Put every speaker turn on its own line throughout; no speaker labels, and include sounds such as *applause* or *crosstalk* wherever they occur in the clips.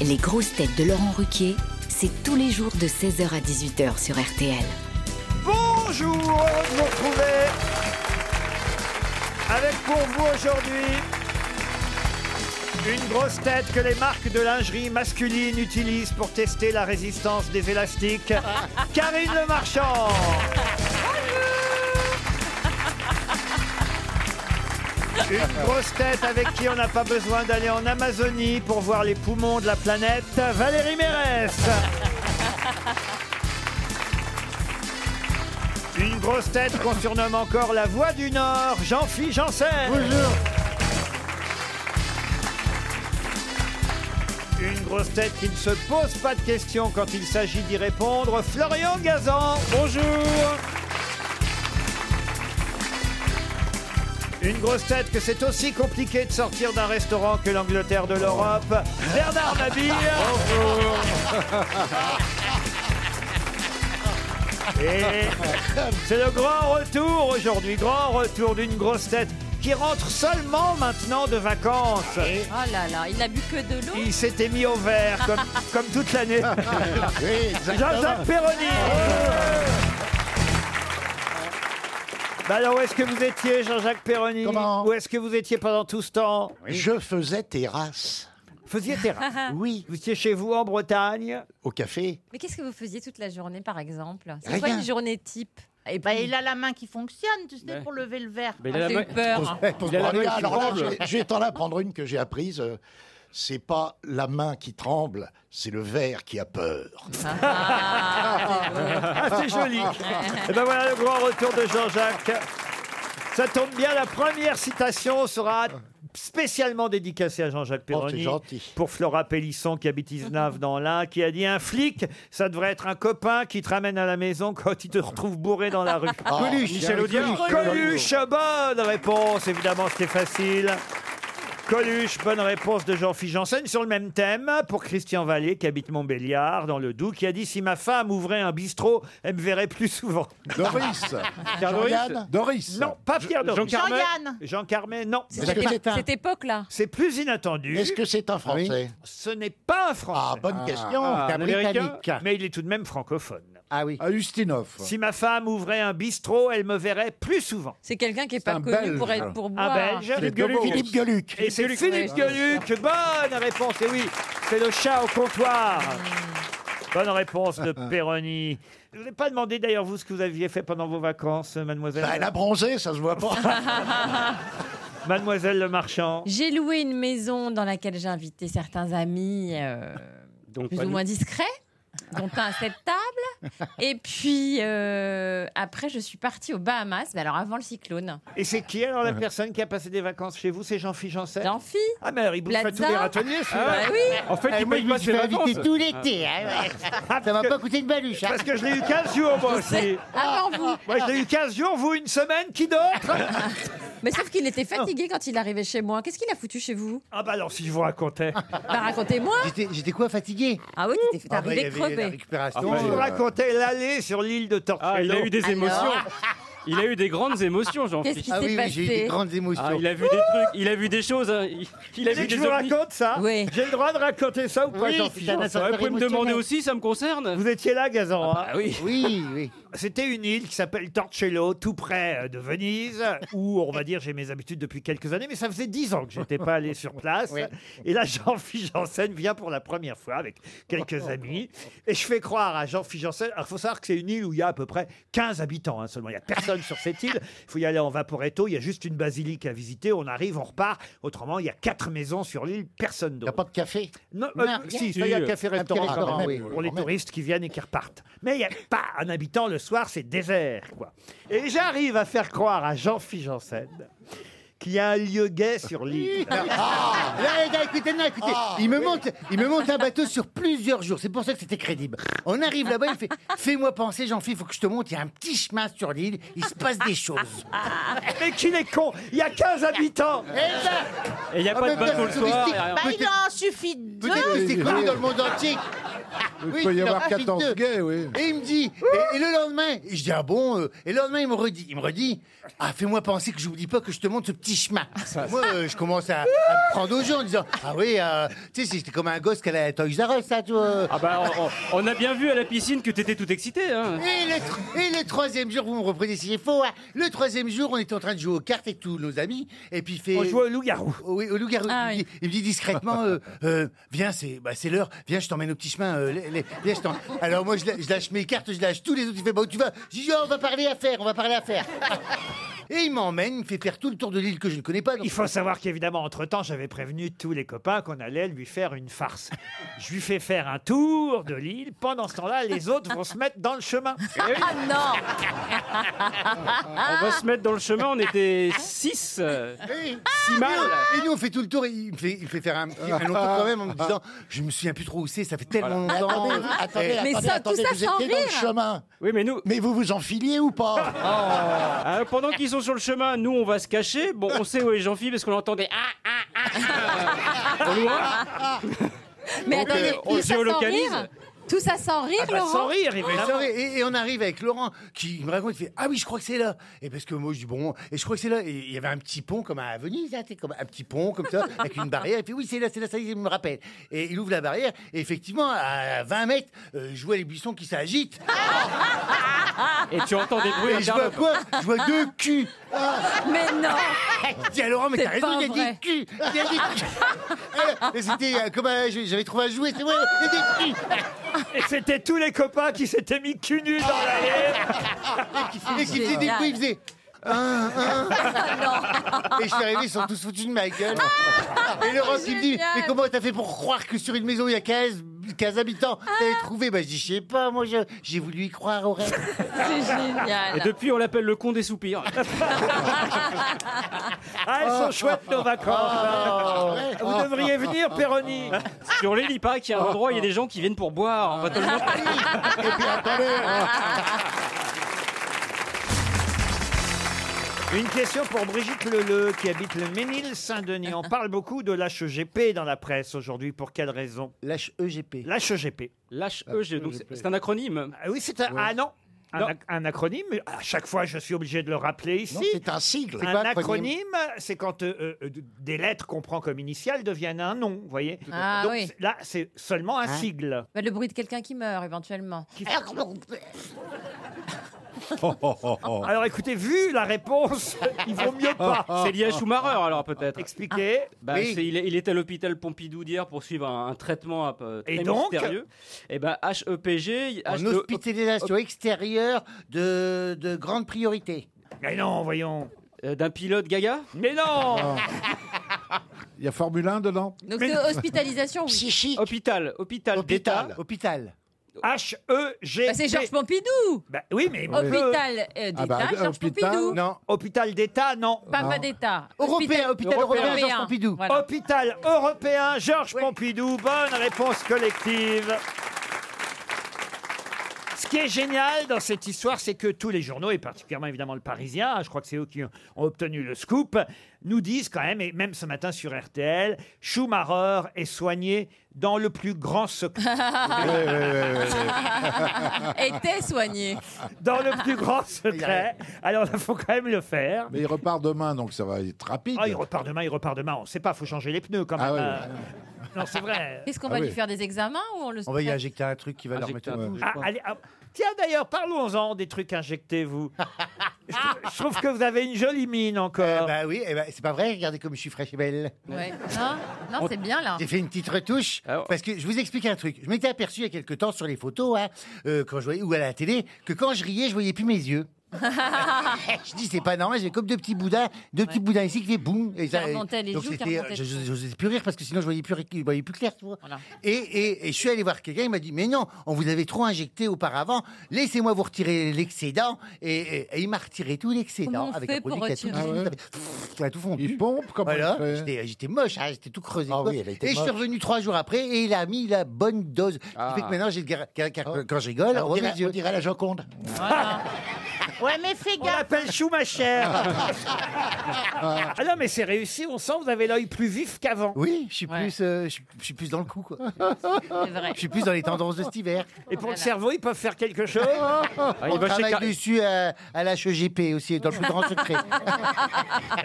Les grosses têtes de Laurent Ruquier, c'est tous les jours de 16h à 18h sur RTL.
Bonjour, heureux de vous retrouver avec pour vous aujourd'hui une grosse tête que les marques de lingerie masculine utilisent pour tester la résistance des élastiques, Karine Le Marchand. Une grosse tête avec qui on n'a pas besoin d'aller en Amazonie pour voir les poumons de la planète, Valérie Mérès. Une grosse tête qu'on surnomme encore la voix du Nord, Jean-Philippe Janssen. Bonjour. Une grosse tête qui ne se pose pas de questions quand il s'agit d'y répondre, Florian Gazan. Bonjour. Une grosse tête que c'est aussi compliqué de sortir d'un restaurant que l'Angleterre de l'Europe, Bernard Mabille. Bonjour. *laughs* Et c'est le grand retour aujourd'hui, grand retour d'une grosse tête qui rentre seulement maintenant de vacances.
Oh là là, il n'a bu que de l'eau.
Il s'était mis au vert comme, comme toute
*laughs*
l'année. Jean-Jacques Perroni. Bah alors, où est-ce que vous étiez, Jean-Jacques Perroni
Comment
Où est-ce que vous étiez pendant tout ce temps
Je faisais terrasse.
Faisiez terrasse.
*laughs* Oui,
Vous étiez chez vous en Bretagne *laughs*
au café.
*laughs* Mais qu'est-ce que vous faisiez toute la journée, par exemple C'est
Rien.
quoi une journée type Et
Bah, il a la main qui fonctionne, tu sais,
Ouais.
pour lever le verre.
Mais il a
Ah, j'ai
la
eu
main-
peur.
Eh, pour se
Il a la
branler,
main qui
alors là,
tremble.
j'ai- j'ai tendance à prendre une que j'ai apprise. euh, C'est pas la main qui tremble, c'est le verre qui a peur.
Ah, c'est joli. Et
Eh
ben voilà le grand retour de Jean-Jacques. Ça tombe bien, la première citation sera spécialement dédicacée à Jean-Jacques
Oh, c'est
Perroni.
gentil.
pour Flora Pélisson qui habite Isnave dans l'Ain, qui a dit un flic, ça devrait être un copain qui te ramène à la maison quand il te retrouve bourré dans la rue.
Ah,
Michel Audiard.
Coluche, bonne réponse, évidemment, c'était facile. Coluche, bonne réponse de Jean-Philippe Janssen sur le même thème pour Christian Vallée qui habite Montbéliard dans le Doubs qui a dit si ma femme ouvrait un bistrot, elle me verrait plus souvent.
Doris
Jean-Yann
Doris
Non, pas Pierre Doris.
Jean-
Jean-Yann
Jean Carmet, non.
Est-ce que c'est un,
Cette époque-là.
C'est plus inattendu.
est-ce que c'est un français
Ce n'est pas un
Ah,
français,
bonne question.
ah, un Américain
mais il est tout de même francophone.
Ah oui.
Ah, Ustinov.
Si ma femme ouvrait un bistrot, elle me verrait plus souvent.
C'est quelqu'un qui n'est
C'est
pas
un
connu pour,
Belge.
être, pour
Un
boire.
Belge.
Les deux mots.
Philippe Gueluc.
Et c'est Philippe
ouais.
Gueluc. Bonne réponse. Et oui, c'est le chat au comptoir. Bonne réponse
*laughs*
de Péroni. Je vous ai pas demandé d'ailleurs vous ce que vous aviez fait pendant vos vacances, mademoiselle.
Bah, elle a bronzé, ça se voit pas.
*laughs* Mademoiselle le Marchand.
J'ai loué une maison dans laquelle j'ai invité certains amis euh,
Donc,
plus
pas
ou
nous.
moins discrets, dont un à cette table. Et puis euh, après, je suis partie aux Bahamas, mais alors avant le cyclone.
Et c'est qui alors la
Ah.
personne qui a passé des vacances chez vous C'est Jean-Philippe Janssen.
D'Amphi
Ah mais alors, il bouffe à tous
Plaza.
les râteliers. celui-là.
Bah oui
En fait, il paye pas ses vacances.
tout l'été, hein,
Ah, parce, que,
coûter une baluche. hein.
parce que je l'ai eu 15 jours moi aussi.
Ah, Avant vous
Moi je l'ai eu 15 jours, vous une semaine, qui d'autre
*laughs* Mais sauf qu'il était fatigué quand il arrivait chez moi. Qu'est-ce qu'il a foutu chez vous
Ah bah alors si je vous racontais.
*laughs* Bah racontez-moi
J'étais quoi, fatigué
Ah oui, t'étais
bah,
t'es arrivé crevé.
récupération.
Je vous racontais l'allée sur l'île de Tortuga.
Ah, il a eu des
Alors *laughs*
émotions. Il a eu des grandes émotions,
Qu'est-ce qui
Jean-Philippe.
Ah
s'est passé
grandes émotions.
Ah, il a vu des trucs, il a vu des choses, hein. il, il a
Vous voulez
vu
que
des
je vous
ovnis.
raconte ça
Oui.
J'ai le droit de raconter ça ou pas, Jean-Philippe
Ouais, vous pouvez me demander aussi, ça me concerne
Vous étiez là, Gazan. hein
Ah oui,
Oui, oui.
C'était une île qui s'appelle Torcello, tout près euh, de Venise, *laughs* où, on va dire, j'ai mes habitudes depuis quelques années, mais ça faisait dix ans que j'étais pas allé sur place. Et là, Jean-Philippe Janssen vient pour la première fois avec quelques amis. Et je fais croire à Jean-Philippe Janssen. Alors, faut savoir que c'est une île où il y a à peu près 15 habitants hein, seulement. Il y a personne sur cette île. Il faut y aller en vaporetto. Il y a juste une basilique à visiter. On arrive, on repart. Autrement, il y a quatre maisons sur l'île, personne
Il n'y
d'autre.
a pas de café.
Non, euh,
Non,
si,
si,
ça, il y a
euh,
le café-restaurant
un petit
quand
restaurant,
même,
oui,
pour les
quand même.
touristes qui viennent et qui repartent. Mais il n'y a pas un habitant le soir, c'est désert, quoi. Et j'arrive à faire croire à Jean-Philippe Janssen qu'il y a un lieu gay sur
*laughs*
l'île.
Là, les gars, écoutez, Eh non, écoutez. il, me monte, il me monte un bateau sur plusieurs jours. C'est pour ça que c'était crédible. On arrive là-bas,
*laughs*
il fait Fais-moi penser, Jean-Philippe, faut que je te monte. Il y a un petit chemin sur l'île. Il se passe des choses.
*laughs* Mais qu'il est con Il y a 15 habitants
Eh ben,
et il n'y a
Ah,
pas
mais
de bateau le
bien,
soir.
touristique. Bah,
et rien.
Bah, il en suffit de deux.
Peut-être que c'est connu dans le monde entier. Oui,
il peut y
il en
avoir
rajoute
14
deux.
gays, oui.
Et il me dit, et, et le lendemain, et je dis, ah bon, euh, et le lendemain, il me redit, il me redit, ah, fais-moi penser que j'oublie pas que je te montre ce petit chemin.
Ah,
Moi, euh, je commence à, à me prendre aux gens en disant, ah oui, euh, tu sais, c'était comme un gosse qu'elle a la Toys R Us, ça, tu vois.
Ah bah, on, on- on a bien vu à la piscine que t'étais tout excité. Hein.
Et le, tr- et le troisième jour, vous me reprenez si c'est faux, hein. le troisième jour, on était en train de jouer aux cartes avec tous nos amis, et puis il fait... Oh
On joue au loup-garou.
Oui, au loup-garou.
Ah
il,
oui.
me dit- il me dit
*laughs*
discrètement, euh, euh, viens, c'est bah, c'est l'heure, viens, je t'emmène au petit chemin. euh, les- les- viens, je t'en- Alors moi, je, la- je lâche mes cartes, je lâche tous les autres. Il fait, bah, où tu vas Je dis, Oh, on va parler affaires, on va
*laughs*
parler affaires. Et il m'emmène, il me fait faire tout le tour de l'île que je ne connais pas. donc-
Il faut savoir qu'évidemment, entre-temps, j'avais prévenu tous les copains qu'on allait lui faire une farce. Je lui fais faire un tour de l'île. Pendant ce temps-là, les autres vont se mettre dans le chemin. Eh
Ah non
On va se mettre dans le chemin, on était 6.
euh,
Oui.
Si mal.
Et nous, on fait tout le tour, et il me fait, il me fait faire un,
Ah.
petit- un long tour quand même en me disant, je me souviens plus trop où c'est, ça fait tellement longtemps. Eh.
Attendez, attendez,
Mais
attendez,
ça, tout
attendez,
ça
vous
sans
étiez dans le
rire.
chemin.
Oui, mais nous,
Mais vous vous enfiliez ou pas
alors, Oh. Ah, pendant qu'ils sont sur le chemin, nous on va se cacher. Bon, on sait où est Jean-Philippe parce qu'on l'entendait. Ah,
Ah,
*laughs*
Mais
Donc, euh,
attendez,
on
tout ça sans
géolocalise.
rire Tout ça Ah, sans rire,
Ah,
Bah, sans
Laurent
rire,
Et,
évidemment.
ça, et- et on arrive avec Laurent qui me raconte, il fait Ah oui, je crois que c'est là. Et parce que moi, je dis Bon, et je crois que c'est là. Et il y avait un petit pont comme à Venise, là, tu sais, comme un petit pont comme ça, avec une barrière. Il fait Oui, c'est là, c'est là, ça y est, il me rappelle. Et il ouvre la barrière. Et effectivement, à 20 mètres, euh, je vois les buissons qui s'agitent.
et tu entends des bruits
Et je vois
interlopes.
quoi Je vois deux culs.
Mais non
Je *laughs* dis à Laurent, mais
C'est
t'as raison,
pas
il y a
vrai.
des culs. Il
*laughs*
y a des culs. Et c'était euh, comme euh, j'avais trouvé un jouet. C'est vrai, il y a des culs.
Et c'était tous les copains qui s'étaient mis cul nus
Oh,
dans l'allée.
Et qui faisait des coups, il faisait. Un,
*laughs*
un. Et je suis arrivé, ils sont tous foutus de ma gueule. et Laurent qui me dit
Ah, génial.
Mais comment t'as fait pour croire que sur une maison il y a 15, 15 habitants
Ah.
T'avais trouvé Bah je dis Je sais pas, moi je- j'ai voulu y croire au rêve.
C'est génial
Et depuis, on l'appelle le con des soupirs.
Ah, elles sont chouettes nos vacances. Ah, Vous devriez venir, Péroni.
Sur les Lipac, il y a un endroit, il y a des gens qui viennent pour boire. On va te
*laughs*
le montrer.
Et puis attendez,
Une question pour Brigitte Leleu qui habite le Ménil-Saint-Denis. On parle beaucoup de l'HEGP dans la presse aujourd'hui. Pour quelle raison
Lâche
E
EGP.
L'HEGP. E
L'HEG, donc c'est c'est un acronyme.
Ah oui, c'est un. Ah non un,
Non.
ac- un acronyme, mais à chaque fois je suis obligé de le rappeler ici.
non, c'est un sigle.
un
quoi,
acronyme,
acronyme
c'est quand euh, euh, d- des lettres qu'on prend comme initiales deviennent un nom, vous voyez
Ah
Donc
oui.
c'est- là, c'est seulement
Hein
un sigle.
Bah, Le bruit de quelqu'un qui meurt, éventuellement.
Alors écoutez, vu la
*laughs*
réponse, il vaut mieux pas.
C'est lié à Schumacher, alors peut-être.
Expliquez.
Bah,
Oui.
c'est- il, est, il est à l'hôpital Pompidou d'hier pour suivre un, un traitement un peu
Et
très
donc
mystérieux. Et ben HEPG, H E
E
En
de-
hospitalisation extérieure de, de grande priorité.
Mais non, voyons.
euh, d'un pilote Gaga.
Mais non
Oh.
Il y a Formule 1 dedans
Donc c'est hospitalisation, oui.
Psychique.
Hôpital, hôpital, d'État.
Hôpital. Hôpital.
H-E-G.
Bah, c'est Georges Pompidou
E Bah oui, mais. on peut-
Hôpital euh, d'État,
Ah bah,
Georges
hôpital,
Pompidou
Non.
Hôpital d'État, non.
Pas, pas d'État.
Européen, hôpital européen, Georges Pompidou.
Voilà.
Hôpital européen Georges Pompidou, bonne réponse collective. Ce qui est génial dans cette histoire, c'est que tous les journaux, et particulièrement évidemment le Parisien, hein, je crois que c'est eux qui ont ont obtenu le scoop, nous disent quand même, et même ce matin sur RTL, Schumacher est soigné dans le plus grand
*laughs*
secret.
Était soigné.
Dans le plus grand secret. Alors, il faut quand même le faire.
Mais il repart demain, donc ça va être rapide.
Ah, il repart demain, il repart demain. On ne sait pas, faut changer les pneus quand même.
Ah ouais.
Euh, Non, c'est vrai.
*laughs* Qu'est-ce qu'on
Ah
va lui
oui.
faire des examens ou on le
On va y
traite
injecter un truc qui va leur mettre
Injectable.
un coup.
Ah, allez, ah, tiens d'ailleurs, parlons-en des trucs injectés,
*laughs*
vous. je, trouve, je trouve que vous avez une jolie mine
Euh,
encore.
bah oui, eh ben, c'est pas vrai, regardez comme je suis fraîche et belle.
Ouais. Non, non c'est bien là.
J'ai fait une petite retouche
Ah bon
parce que je vous explique un truc. Je m'étais aperçu il y a quelque temps sur les photos, hein, euh, quand je voyais, ou à la télé, que quand je riais, je voyais plus mes yeux. je dis c'est pas normal, j'ai comme deux petits boudins, deux petits boudins ici qui fait boum et
Qui remontaient les
donc
joues, qui
c'était-
remontaient
je
le
je- j'osais plus rire parce que sinon je voyais plus je voyais plus clair, tu vois.
Voilà.
Et, et, et je suis allé voir quelqu'un, il m'a dit mais non, on vous avait trop injecté auparavant, laissez-moi vous retirer l'excédent et, et- et il m'a retiré tout
Comment
l'excédent
on
avec
fait
un produit
pour
qui a tout,
retirer Ah
qui avait- qui a tout fondu.
Il pompe comme
Voilà,
il fait.
j'étais j'étais moche, hein, j'étais tout creusé.
Ah
quoi.
oui, elle était
et je suis
moche. Ah.
revenu trois jours après et il a mis la bonne dose. Ce qui fait que maintenant, j'ai le gar- gar- gar- quand je rigole, on
Oh. On
voit mes
dirait, on
yeux.
dirait la Joconde.
Ouais, mais fais
On
gaffe.
Ben,
l'appelle Schumacher. ah non, mais c'est réussi. On sent que vous avez l'œil plus vif qu'avant.
Oui, je suis
Ouais.
plus, euh, je suis- je suis plus dans le coup, quoi.
C'est vrai.
Je suis plus dans les tendances de cet hiver.
Et pour le
Voilà.
cerveau, ils peuvent faire quelque chose.
Ah, il
On
va chez
travaille
Car-
dessus à, à l'HEGP aussi, dans le plus
*laughs*
grand secret.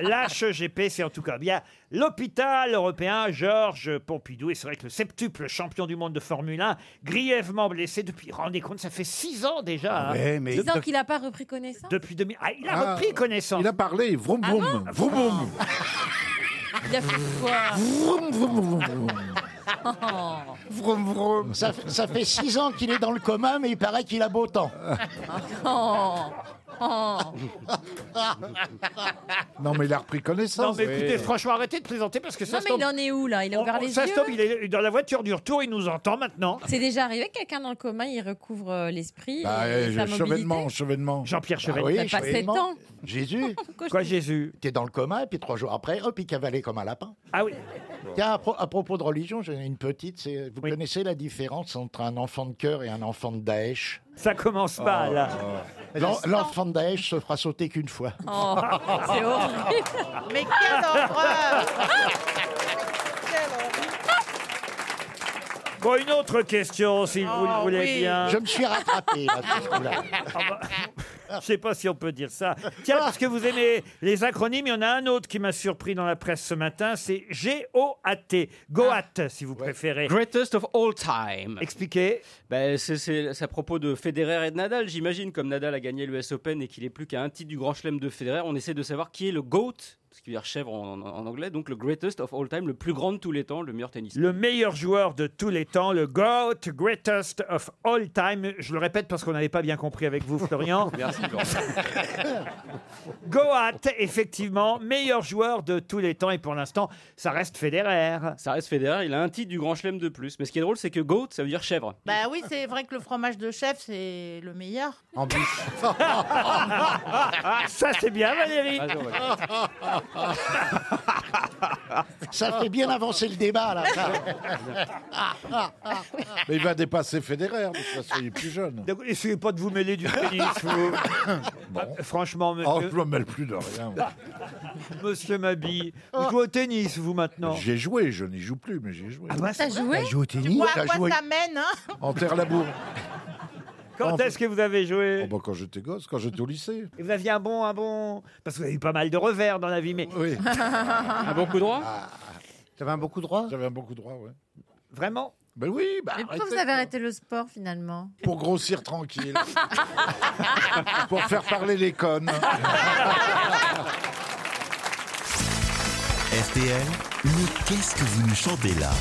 L'HGP, E c'est en tout cas bien l'hôpital européen Georges Pompidou. Et c'est vrai que le septuple champion du monde de Formule 1, grièvement blessé depuis, rendez compte, ça fait six ans déjà. hein.
Ouais, mais
Disant qu'il n'a pas repris connaissance.
Depuis 2000. Ah, il a
Ah,
repris connaissance.
Il a parlé, vroom
Ah
vroom,
bon
vroom vroom,
Ah.
Il
*laughs*
a fait quoi
vroom vroom vroom, vroom.
Oh.
vroom, vroom.
Ça, fait- ça fait six ans qu'il est dans le coma, mais il paraît qu'il a beau temps.
Oh. Oh.
Non mais il a repris
Non,
connaissance.
mais écoutez, franchement, arrêtez de plaisanter parce que ça
Non,
se
mais
tombe.
il en est où là Il a
on-
ouvert
on-
les
ça se
yeux
tombe, il est dans la voiture du retour, il nous entend maintenant.
C'est déjà arrivé que quelqu'un dans le coma, il recouvre euh, l'esprit
Bah,
et
eh,
sa
chevènement,
mobilité.
chevènement.
Jean-Pierre Chevalier.
Bah oui,
Ça passe sept
chevènement.
ans.
Jésus,
Quoi, Jésus
t'es dans le coma, et puis trois jours après, hop, il cavalait comme un lapin.
Ah oui.
Tiens, à, pro- à propos de religion, j'en ai une petite. c'est- Vous
Oui.
connaissez la différence entre un enfant de cœur et un enfant de Daesh Oh.
Ça commence pas, là.
L'en- L'enfant de Daesh se fera sauter qu'une fois.
Oh, c'est horrible. Ah.
Mais quelle horreur
Bon, une autre question, si vous le
Ah
Ah
Oh,
voulez
oui.
bien.
Je me suis rattrapé. là, sur ce coup-là.
Je sais pas si on peut dire ça. Tiens, parce que vous aimez les acronymes, il y en a un autre qui m'a surpris dans la presse ce matin, c'est G-O-A-T. Goat, si vous préférez.
Greatest of all time.
Expliquez.
Ben, c'est- c'est c'est à propos de Federer et de Nadal, j'imagine. Comme Nadal a gagné l'US Open et qu'il est plus qu'à un titre du Grand Chelem de Federer, on essaie de savoir qui est le GOAT, ce qui veut dire chèvre en, en- en anglais, donc le greatest of all time, le plus grand de tous les temps, le meilleur tennis.
Le meilleur joueur de tous les temps, le GOAT, greatest of all time. Je le répète parce qu'on n'avait pas bien compris avec vous, Florian.
Merci, Laurent.
*laughs* Goat, effectivement, meilleur joueur de tous les temps. Et pour l'instant, ça reste Federer.
Ça reste Federer, il a un titre du Grand Chelem de plus. Mais ce qui est drôle, c'est que GOAT, ça veut dire chèvre.
Bah oui, c'est vrai que le fromage de chef, c'est le
*laughs*
meilleur.
en bûche.
Ah, *laughs* ça, c'est bien, Valérie.
Vas-y, on va-
Ça fait bien avancer le débat, là. ça.
*laughs*
Mais il va dépasser Federer, de toute façon, il est plus jeune.
Donc, essayez pas de vous mêler du tennis, vous. Ah, Franchement,
Oh,
monsieur,
je me mêle plus de rien.
*laughs* monsieur Mabi, vous jouez au tennis, vous, maintenant
*laughs* J'ai joué, je n'y joue plus, mais j'ai joué.
Ah bah,
T'as joué
joue au
Tu
tennis.
vois
t'as
à quoi
joué.
ça mène, hein
En terre labour.
Quand est-ce que vous avez joué
Oh, bah, quand j'étais gosse, quand j'étais au lycée.
Et Vous aviez un bon, un bon... Parce que vous avez eu pas mal de revers dans la vie, mais
Oui,
Un bon coup droit
T'avais un beaucoup droit
j'avais un bon coup droit, ouais.
vraiment
Ben oui, bah
Mais pourquoi
arrêtez,
vous avez
quoi.
arrêté le sport finalement
Pour grossir tranquille. *laughs* Pour faire parler les connes.
RTL, mais qu'est-ce que vous nous chantez là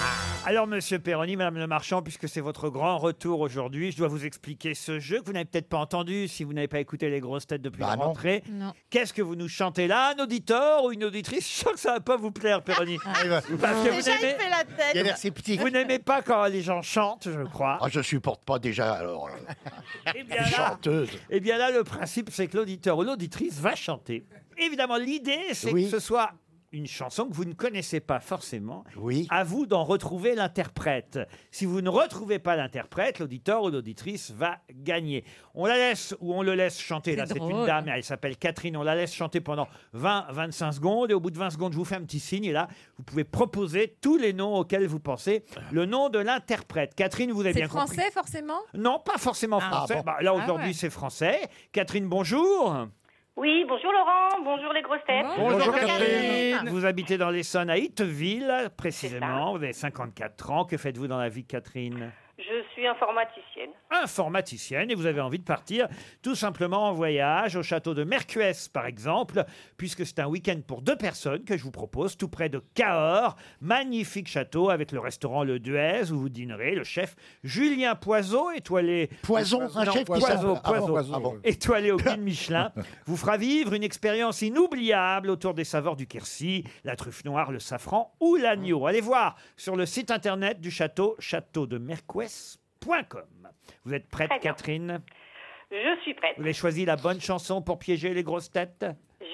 Ah. Alors, monsieur Perroni, madame le marchand, puisque c'est votre grand retour aujourd'hui, je dois vous expliquer ce jeu que vous n'avez peut-être pas entendu si vous n'avez pas écouté les grosses têtes depuis
Bah
la
non.
rentrée.
Mm.
Non.
Qu'est-ce que vous nous chantez là Un auditeur ou une auditrice Je sens que ça va pas vous plaire, Perroni. Parce que vous
Déjà, il
n'aimez-
fait la
Il a
tête.
l'air sceptique.
vous n'aimez pas quand les gens chantent, je crois.
Ah, je supporte pas déjà, alors, euh,
Ah
Eh bien
les
là,
chanteuses.
eh bien là, le principe, c'est que l'auditeur ou l'auditrice va chanter. Évidemment, l'idée, c'est
Oui.
que ce soit une chanson que vous ne connaissez pas forcément.
Oui.
À vous d'en retrouver l'interprète. Si vous ne retrouvez pas l'interprète, l'auditeur ou l'auditrice va gagner. On la laisse ou on le laisse chanter. Là, c'est une
drôle.
dame, elle s'appelle Catherine. On la laisse chanter pendant 20-25 secondes. Et au bout de 20 secondes, je vous fais un petit signe. Et là, vous pouvez proposer tous les noms auxquels vous pensez. Le nom de l'interprète. Catherine, vous avez
C'est
bien compris.
français forcément
Non, pas forcément français.
bon.
Bah, là, aujourd'hui,
ouais.
c'est français. Catherine, bonjour.
*laughs* Oui, bonjour Laurent, bonjour les grosses têtes.
Bon.
Bonjour,
Catherine.
Vous habitez dans l'Essonne, à Itteville, précisément. Vous avez 54 ans. Que faites-vous dans la vie, Catherine
Je suis informaticienne.
informaticienne et vous avez envie de partir tout simplement en voyage au château de Mercues par exemple puisque c'est un week-end pour deux personnes que je vous propose tout près de Cahors magnifique château avec le restaurant Le Duez où vous dînerez le chef Julien Poiseau étoilé
Poison, un
Non,
chef qui
Poiseau,
s'appelle- Ah bon,
Poiseau,
ah bon.
ouais.
étoilé au
*laughs*
guide Michelin, vous fera vivre une expérience inoubliable autour des saveurs du Quercy, la truffe noire, le safran ou l'agneau. Allez voir sur le site internet du château, châteaudemercouès.com. Vous êtes prête,
Très bien.
Catherine
Je suis prête,
Vous avez choisi la bonne chanson pour piéger les grosses têtes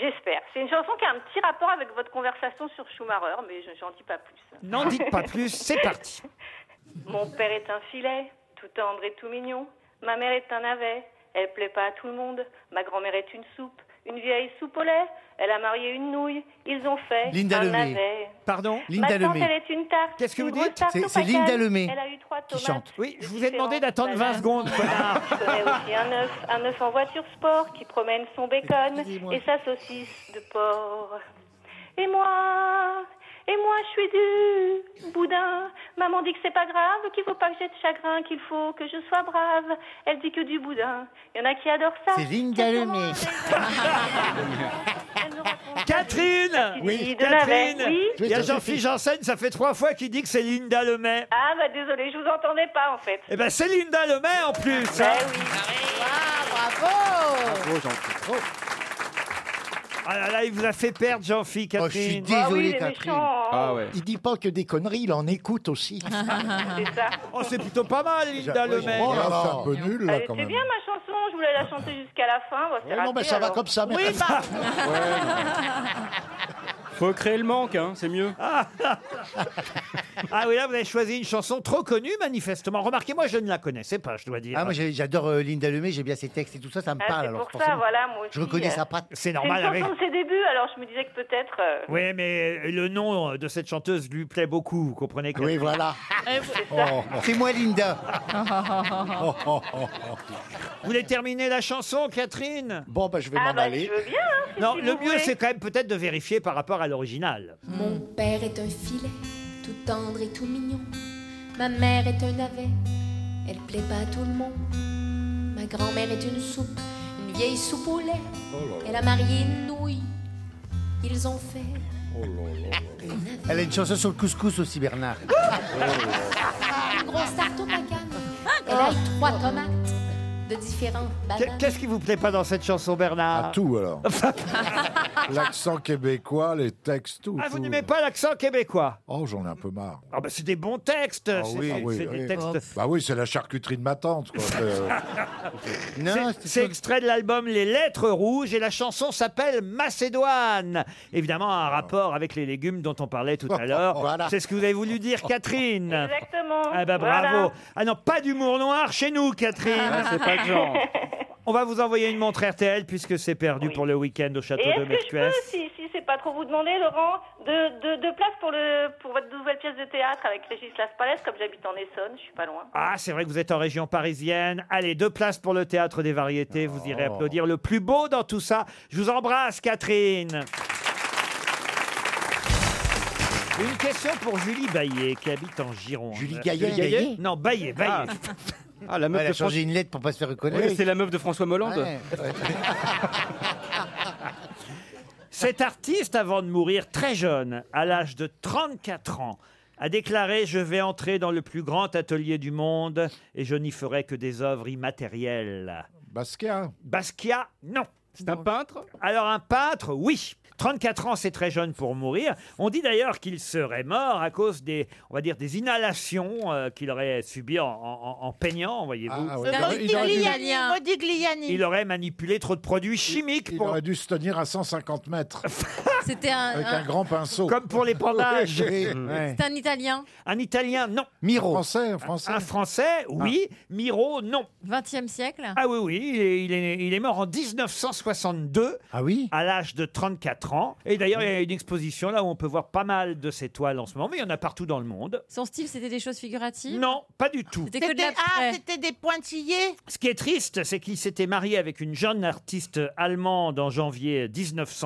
j'espère. C'est une chanson qui a un petit rapport avec votre conversation sur Schumacher, mais je n'en dis pas plus.
N'en dites pas plus, c'est parti.
*laughs* Mon père est un filet, tout tendre et tout mignon. Ma mère est un navet, Elle plaît pas à tout le monde. Ma grand-mère est une soupe, une vieille soupe au lait. Elle a marié une nouille. Ils ont fait
Linda
un
Lemay.
navet.
Pardon
Ma
Linda
tante,
Lemay.
elle est une tarte.
Qu'est-ce que
une
vous
grosse
dites
tarte
C'est-
aux
c'est
patates.
Linda Lemay
Elle a eu trois
qui
tomates.
chante.
Oui, je vous ai demandé d'attendre Ah. 20 secondes.
*laughs*
connard.
Je connais Ah, aussi un œuf, un œuf en voiture sport qui promène son bacon et sa saucisse de porc. Et moi, et moi, je suis du boudin. Maman dit que c'est pas grave, qu'il faut pas que j'ai de chagrin, qu'il faut que je sois brave. Elle dit que du boudin. Il y en a qui adorent ça.
C'est Linda Lemay.
Catherine
Oui. de Navet,
Catherine
oui.
Il y a Jean-Philippe Janssen, ça fait trois fois qu'il dit que c'est Linda Lemay.
Ah bah désolé, je vous entendais pas en fait.
Eh ben c'est Linda Lemay en plus
Ben
hein.
oui.
Ah,
Bravo
Ah là là, il vous a fait perdre Jean-Philippe,
Oh, je suis
Catherine.
désolé,
Ah oui, il est
Catherine.
méchant, hein. Ah
ouais.
Il dit pas que des conneries, il en écoute aussi.
*laughs* Ah.
C'est ça.
Oh, c'est plutôt pas mal, Linda
Oui,
Lemay.
bon, Oh là,
Ah,
c'est un peu
nul,
Elle était bien ma chanson, je voulais la chanter jusqu'à la fin. Bon, c'est
Ouais, non,
raté,
mais ça va
alors.
comme ça. mais-
Oui, bah
*laughs*
Faut créer le manque, hein, c'est
*laughs*
mieux.
Ah oui, là, vous avez choisi une chanson trop connue, manifestement. Remarquez, moi, je ne la connaissais pas, je dois dire.
Ah, moi j'ai- j'adore euh, Linda Lemay, j'aime bien ses textes et tout ça, ça me
Ah,
parle.
c'est
alors
pour ça,
forcément,
voilà, moi
Je
aussi,
reconnais
euh,
sa patte.
C'est
C'est une
normal avec...
chanson de ses débuts, alors je me disais que peut-être. euh,
Oui, mais le nom euh, de cette chanteuse lui plaît beaucoup, vous comprenez que... *laughs*
Oui, voilà.
*laughs*
Oh.
C'est moi Linda.
Oh.
Vous voulez terminer la chanson, Catherine
Bon, bah, je vais
Ah
m'en
bah,
aller.
je veux bien. hein, si-
Non,
si
le
vous
mieux,
voulez.
c'est quand même peut-être de vérifier par rapport à l'original.
Mon père est un filet, tout tendre et tout mignon. Ma mère est un navet, elle plaît pas à tout le monde. Ma grand-mère est une soupe, une vieille soupe au lait.
Oh
Elle a marié une nouille, ils ont fait.
oh
Elle a une chanson sur le couscous aussi, Bernard.
Oh,
Une grosse tarte aux bananes. Elle a eu trois tomates de différentes
Qu'est-
bananes.
*laughs* Qu'est-ce qui vous plaît pas dans cette chanson, Bernard
À tout alors. L'accent québécois, les textes, tout.
Ah, vous
tout.
n'aimez pas l'accent québécois
Oh, j'en ai un peu marre.
Ah bah c'est des bons textes,
Ah
c'est
oui,
c'est-
ah oui,
c'est
oui.
des
Oh.
textes.
Bah oui, c'est la charcuterie de ma tante. quoi.
*laughs*
Euh,
Non,
C'est- C'est extrait de l'album Les Lettres Rouges et la chanson s'appelle Macédoine. Évidemment, un rapport avec les légumes dont on parlait tout à l'heure.
Voilà.
C'est ce que vous avez voulu dire, Catherine.
Exactement.
Ah bah
Voilà.
bravo. Ah non, pas d'humour noir chez nous, Catherine.
Ah, C'est pas le genre.
On va vous envoyer une montre RTL puisque c'est perdu
Oui.
pour le week-end au château
Et
de
est-ce que je
Mercues.
peux, si, si c'est pas trop vous demander, Laurent, de, de, de place pour, le, pour votre nouvelle pièce de théâtre avec Régis Laspalès, comme j'habite en Essonne, je suis pas loin.
Ah, c'est vrai que vous êtes en région parisienne. Allez, deux places pour le théâtre des variétés. Vous irez
Oh.
applaudir le plus beau dans tout ça. Je vous embrasse, Catherine. Une question pour Julie Baillet, qui habite en Gironde.
Julie Gaillet
Non, Baillet, Baillet. *laughs*
Ah, la meuf
Elle a
de François.
changé une lettre pour pas se faire reconnaître.
Oui, c'est la meuf de François Hollande.
Ouais, ouais.
Cet artiste, avant de mourir très jeune, à l'âge de 34 ans, a déclaré Je vais entrer dans le plus grand atelier du monde et je n'y ferai que des œuvres immatérielles.
Basquiat.
Basquiat, non.
C'est un peintre
Alors un peintre, oui. 34 ans, c'est très jeune pour mourir. On dit d'ailleurs qu'il serait mort à cause des, on va dire, des inhalations euh, qu'il aurait subies en, en- en peignant, voyez-vous.
Ah, ah ouais,
Le
bah, il, aurait dû,
Modigliani,
Italien.
Modigliani.
Il aurait manipulé trop de produits chimiques,
il
pour-
aurait dû se tenir à
*laughs*
150 mètres
C'était
avec
un,
un
un,
grand pinceau.
comme pour
*laughs*
l'épandage.
Ouais.
c'était un Italien,
Un Italien, non.
Miro.
Français, français. Ah.
Un Français,
Ah.
oui. Miro, non.
20e siècle.
Ah oui, oui, il est, il est- il est mort en 1962
Ah oui
à l'âge de 34 ans. Et d'ailleurs, il y a une exposition là où on peut voir pas mal de ses toiles en ce moment, mais il y en a partout dans le monde.
Son style, c'était des choses figuratives.
Non, pas du tout.
C'était que de
C'était ah,
l'abstrait.
c'était des pointillés
Ce qui est triste, c'est qu'il s'était marié avec une jeune artiste allemande en janvier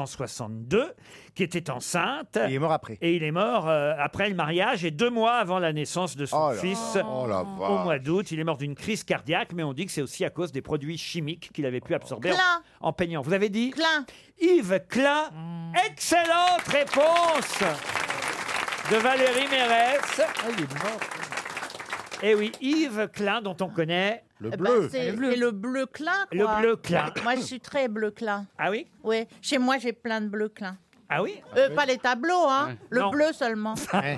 1962, qui était enceinte.
Il est mort après.
Et il est mort euh, après le mariage et deux mois avant la naissance de son
Oh là.
fils.
Oh la
Au mois
vache.
d'août, il est mort d'une crise cardiaque, mais on dit que c'est aussi à cause des produits chimiques qu'il avait pu absorber
Klein.
en, en peignant. Vous avez dit
Klein. Hmm.
Yves Klein. Excellente réponse de Valérie Mérès.
Ah, il est mort.
Et oui, Yves Klein, dont on connaît
Le
Eh ben,
bleu.
c'est c'est le bleu clin,
le
quoi.
bleu Klein.
Moi, je suis très bleu clin.
Ah oui
Oui, chez moi, j'ai plein de bleu clin.
Ah oui
Euh, Pas les tableaux, hein.
Ouais.
Le
Non.
bleu seulement.
Eh.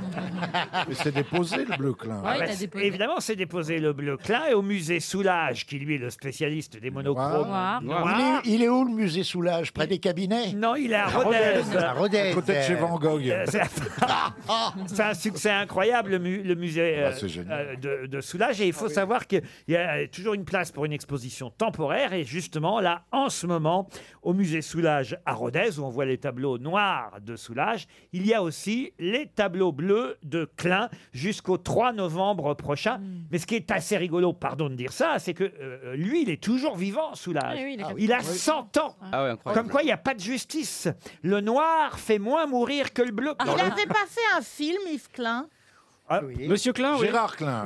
Mais c'est déposé le bleu clin.
Ah bah, Évidemment, c'est déposé le bleu clin et au musée Soulage, qui lui est le spécialiste des monochromes.
Noir.
noirs.
Il, est, il est où le musée Soulage Près des cabinets
Non, il est à Rodez.
À Rodez.
À côté de chez Van Euh, c'est- C'est un *laughs* succès incroyable, le, mu- le musée euh,
Ah, c'est génial.
euh, de, de Soulage. Et il faut savoir qu'il y a euh, toujours une place pour une exposition temporaire. Et justement, là, en ce moment, au musée Soulage à Rodez, où on voit les tableaux noirs de Soulage, il y a aussi les tableaux bleus de Klein jusqu'au 3 novembre prochain.
Hmm.
Mais ce qui est assez rigolo, pardon de dire ça, c'est que euh, lui, il est toujours vivant, Soulage.
Ah oui, il est
il a
capable.
100 ans.
Ah ouais, incroyable.
Comme quoi, il n'y a pas de justice. Le noir fait moins mourir que le bleu.
Ah, Il avait pas fait un film, Yves Klein
Ah,
Monsieur Klein, oui.
Gérard Klein.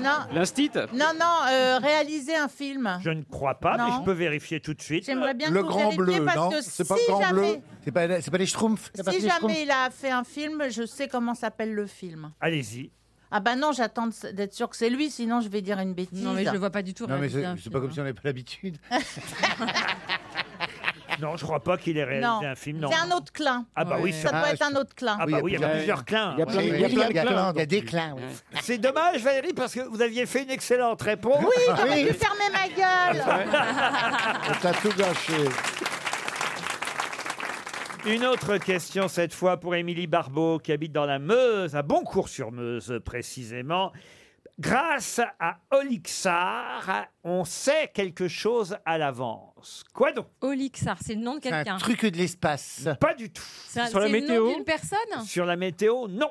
Non,
*laughs* L'instit
non, non euh, réaliser un film.
Je ne crois pas, mais
Non.
je peux vérifier tout de suite.
J'aimerais bien Le que vous Grand vérifiez Bleu, parce non que C'est pas si le Grand Bleu jamais-
C'est pas, les Schtroumpfs
Si jamais il a fait un film, je sais comment s'appelle le film.
Allez-y.
Ah bah non, j'attends de- d'être sûr que c'est lui, sinon je vais dire une bêtise.
Non, mais je le vois
pas du tout.
Non, mais c'est c'est pas comme si on n'avait pas
*laughs*
l'habitude.
Non, je crois pas qu'il ait réalisé un film. Non.
C'est un autre clin.
Ah bah oui,
ça
ça-
peut être un autre clin.
Ah bah oui, il y a plusieurs clins.
Il y a plein-
Oui,
il y a
oui,
plein de clins.
donc.
Il y a des
clins,
C'est dommage, Valérie, parce que vous aviez fait une excellente réponse.
Oui,
Ah
j'aurais dû fermer ma gueule.
T'as tout gâché.
Une autre question cette fois pour Émilie Barbeau qui habite dans la Meuse, à Boncourt-sur-Meuse précisément. Grâce à Olixar, on sait quelque chose à l'avance. Quoi donc
Olixar, c'est le nom de Oh, quelqu'un.
de l'espace. Pas du tout.
C'est un- c'est le nom d'une personne
Sur la météo, non.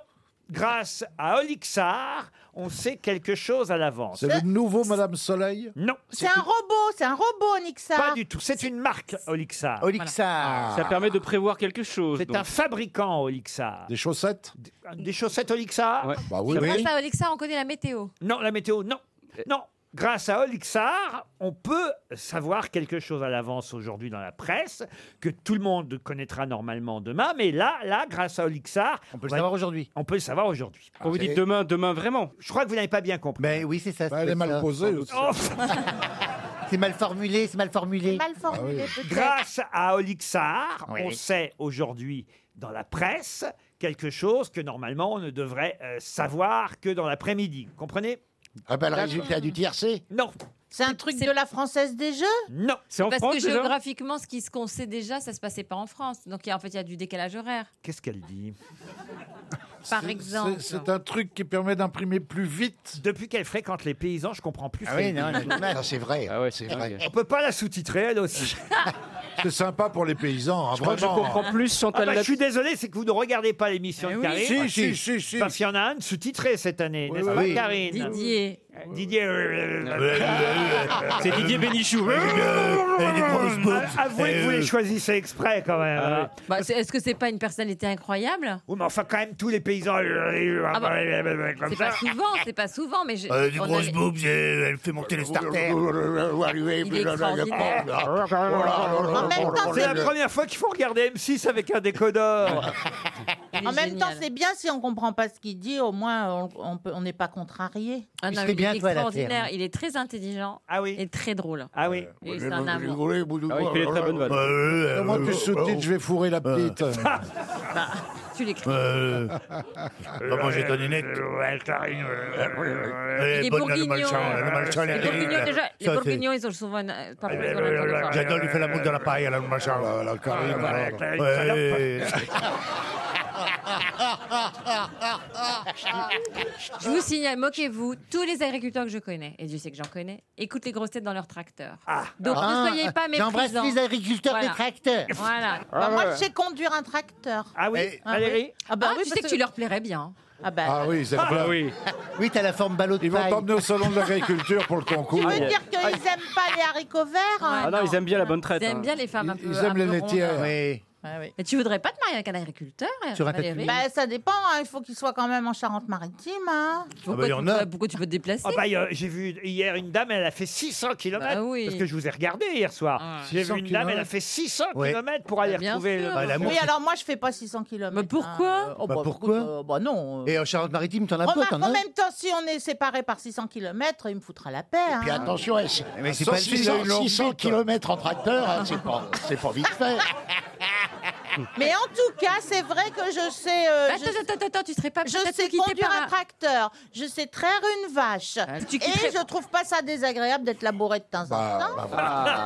Grâce à Olixar, on sait quelque chose à l'avance.
C'est le nouveau Madame Soleil
Non.
C'est un robot, c'est un robot, Nixar.
Pas du tout. C'est une marque, Olixar.
Olixar.
Ah.
Ça permet de prévoir quelque chose.
C'est
donc.
un fabricant, Olixar.
Des chaussettes
Des chaussettes Olixar
Bah
Je pense à Olixar, on connaît la météo.
Non, la météo, non.
Euh.
Non. Grâce à Olixar, on peut savoir quelque chose à l'avance aujourd'hui dans la presse, que tout le monde connaîtra normalement demain. Mais là, là, grâce à Olixar. On peut le savoir
aujourd'hui.
On peut le savoir aujourd'hui.
Quand vous dites demain, demain vraiment.
Je crois que vous n'avez pas bien compris. Oh,
Ben Ah, oui, c'est ça.
elle est mal posée aussi.
C'est mal formulé, c'est mal formulé.
Mal formulé,
Ah Grâce à Olixar,
Oui.
on sait aujourd'hui dans la presse quelque chose que normalement on ne devrait euh, savoir que dans l'après-midi. Vous Comprenez
Ah bah, le résultat du
tiercé Non.
C'est un truc de la Française des Jeux
Non.
Parce que géographiquement, ce qui- ce qu'on sait déjà, ça se passait pas en France. Donc il y a- en fait, il y a du décalage horaire.
Qu'est-ce qu'elle dit
Par
C'est-
exemple.
c'est- C'est un truc qui permet d'imprimer plus vite.
Depuis qu'elle fréquente les paysans, je comprends plus.
Ah oui, non, elle a du mal.
Ça, c'est vrai.
Ah
c'est
vrai.
On peut pas la sous-titrer, elle aussi.
C'est sympa pour les paysans, hein,
crois que je
vraiment.
comprends
plus
Ah bah, je suis désolé, c'est que vous ne regardez pas l'émission de
oui.
Karine.
Si, si, si, si.
Eh Parce qu'il y en a un de sous-titré cette année, n'est-ce
oui,
pas,
oui.
Karine
Didier.
Didier. euh,
C'est
Euh,
Didier Bénichou.
Euh, Avouez que vous
Euh,
les choisissez exprès quand
Ah
même. hein.
Bah, c'est- Est-ce que c'est pas une personnalité incroyable
Oui, mais enfin, quand même, tous les paysans.
Ah bah,
Comme
C'est
ça. Euh,
pas souvent, c'est pas souvent, mais
Euh,
j'ai- on a-
elle fait monter les starters.
Il est extraordinaire.
En même temps,
C'est la
c'est-
première fois qu'il faut regarder M6 avec un
Ah
décodeur.
bah,
en même temps, c'est bien si on comprend pas ce qu'il dit, au moins on- on peut- on n'est pas contrarié.
Ah non, il est extraordinaire, il est très intelligent et très drôle.
Ah oui.
Et c'est un
Ah
amour.
il
Oh
fait des très bonnes
Bah,
vannes.
euh,
Moi, Euh, tu
Euh,
sous-titres, je vais fourrer la
*laughs*
petite.
Bah, Tu l'écris.
Maman, j'ai donné net.
Euh,
Les bourguignons, les bourguignons, déjà, les
Ça, c'est-
bourguignons, ils ont souvent une- euh, pas plus qu'on a toujours pas.
J'adore lui faire la mousse de la paille à la machin,
Ah,
la, la Karine. Ouais.
Je vous signale, moquez-vous, tous les agriculteurs que je connais, et Dieu sait que j'en connais, écoutent les grosses têtes dans leurs tracteurs. Donc
Ah,
ne soyez pas méprisants.
j'embrasse les agriculteurs des tracteurs.
Voilà.
*laughs* Bah, moi, je sais conduire un tracteur.
Ah oui,
Valérie
Ah, bah,
Ah,
oui, tu sais que tu leur plairais bien.
Ah, bah,
Ah oui, c'est
Ah,
vrai.
oui.
Oui, t'as la forme ballot de
Ils vont
paille.
t'emmener au salon de l'agriculture pour le
Tu
concours.
veux dire qu'ils
ah,
aiment pas les haricots verts
Ah non, ils aiment bien la bonne traite.
Ils aiment
hein.
bien les femmes un peu.
Ils aiment les laitières.
Oui.
Et tu voudrais pas te marier avec un agriculteur
Sur un
Valérie
Ah Bah, ça dépend, hein, il faut qu'ils soient quand même en Charente-Maritime. hein.
ah bah,
Pourquoi, tu, peux- pourquoi tu peux te déplacer
Ah bah, euh, j'ai vu hier une dame, elle a fait 600 km.
Bah oui.
Parce que je vous ai regardé hier soir.
Ah.
J'ai vu
600
une dame, elle a
kilomètres.
fait 600
Ouais.
km pour aller
bien
retrouver euh,
sûr.
le.
Bah,
l'amour,
Oui, alors moi, je fais pas 600 km. Mais
pourquoi
hein.
Oh,
Bah, pourquoi
Ah, Bah non. euh.
Et en Charente-Maritime,
Bah,
t'en as pas,
Remarque,
t'en
en
as
même temps, si on est séparés par 600 km, il me foutra la paix.
Puis
hein.
attention, elle-
Mais c'est
Sauf
pas le
600,
long
600 km en tracteur, hein, c'est pas, c'est pas vite fait.
*laughs* Mais en tout cas, c'est vrai que je sais. euh,
Bah,
je
attends,
sais-
attends, attends, tu serais pas
Je
peut-être
sais
quittée
conduire
par
un
un- Ah,
tracteur, je sais traire une vache.
tu
et
quitterais-
je trouve pas ça désagréable d'être labouré de temps en
Bah,
temps.
Ah, bah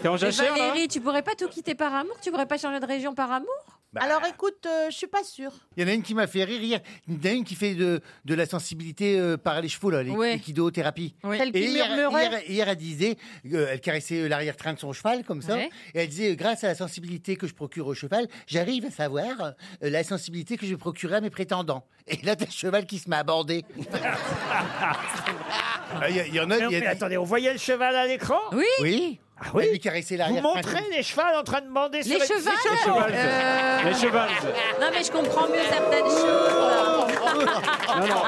T'es en
Mais
Eh ben,
hein.
jachère, là
Valérie, Eh ben, tu pourrais pas tout quitter par amour Tu pourrais pas changer de région par amour
Bah.
Alors écoute, euh, je suis pas
*laughs*
sûre.
Il y en a une qui m'a fait rire hier. Il y en a une qui fait de, de la sensibilité euh, par les chevaux, là, les-
Ouais.
l'équidothérapie.
Ouais. Celle qui
Et hier,
murmurait.
hier- hier, elle disait, euh, elle caressait l'arrière-train de son cheval, comme ça.
Ouais.
Et elle disait, euh, grâce à la sensibilité que je procure au cheval, j'arrive à savoir euh, la sensibilité que je procurerai à mes prétendants. Et là, t'as le cheval qui se met
*laughs*
à border. Il y, en a.
Mais, mais attendez, on voyait le cheval à l'écran
Oui.
Oui.
Ah oui.
Elle lui caressait
Vous
l'arrière-train.
montrez les chevals en train de bander
Les
sur
chevals
Les chevals.
Euh,
Les chevals.
Non, mais je comprends mieux certaines choses.
Non, non.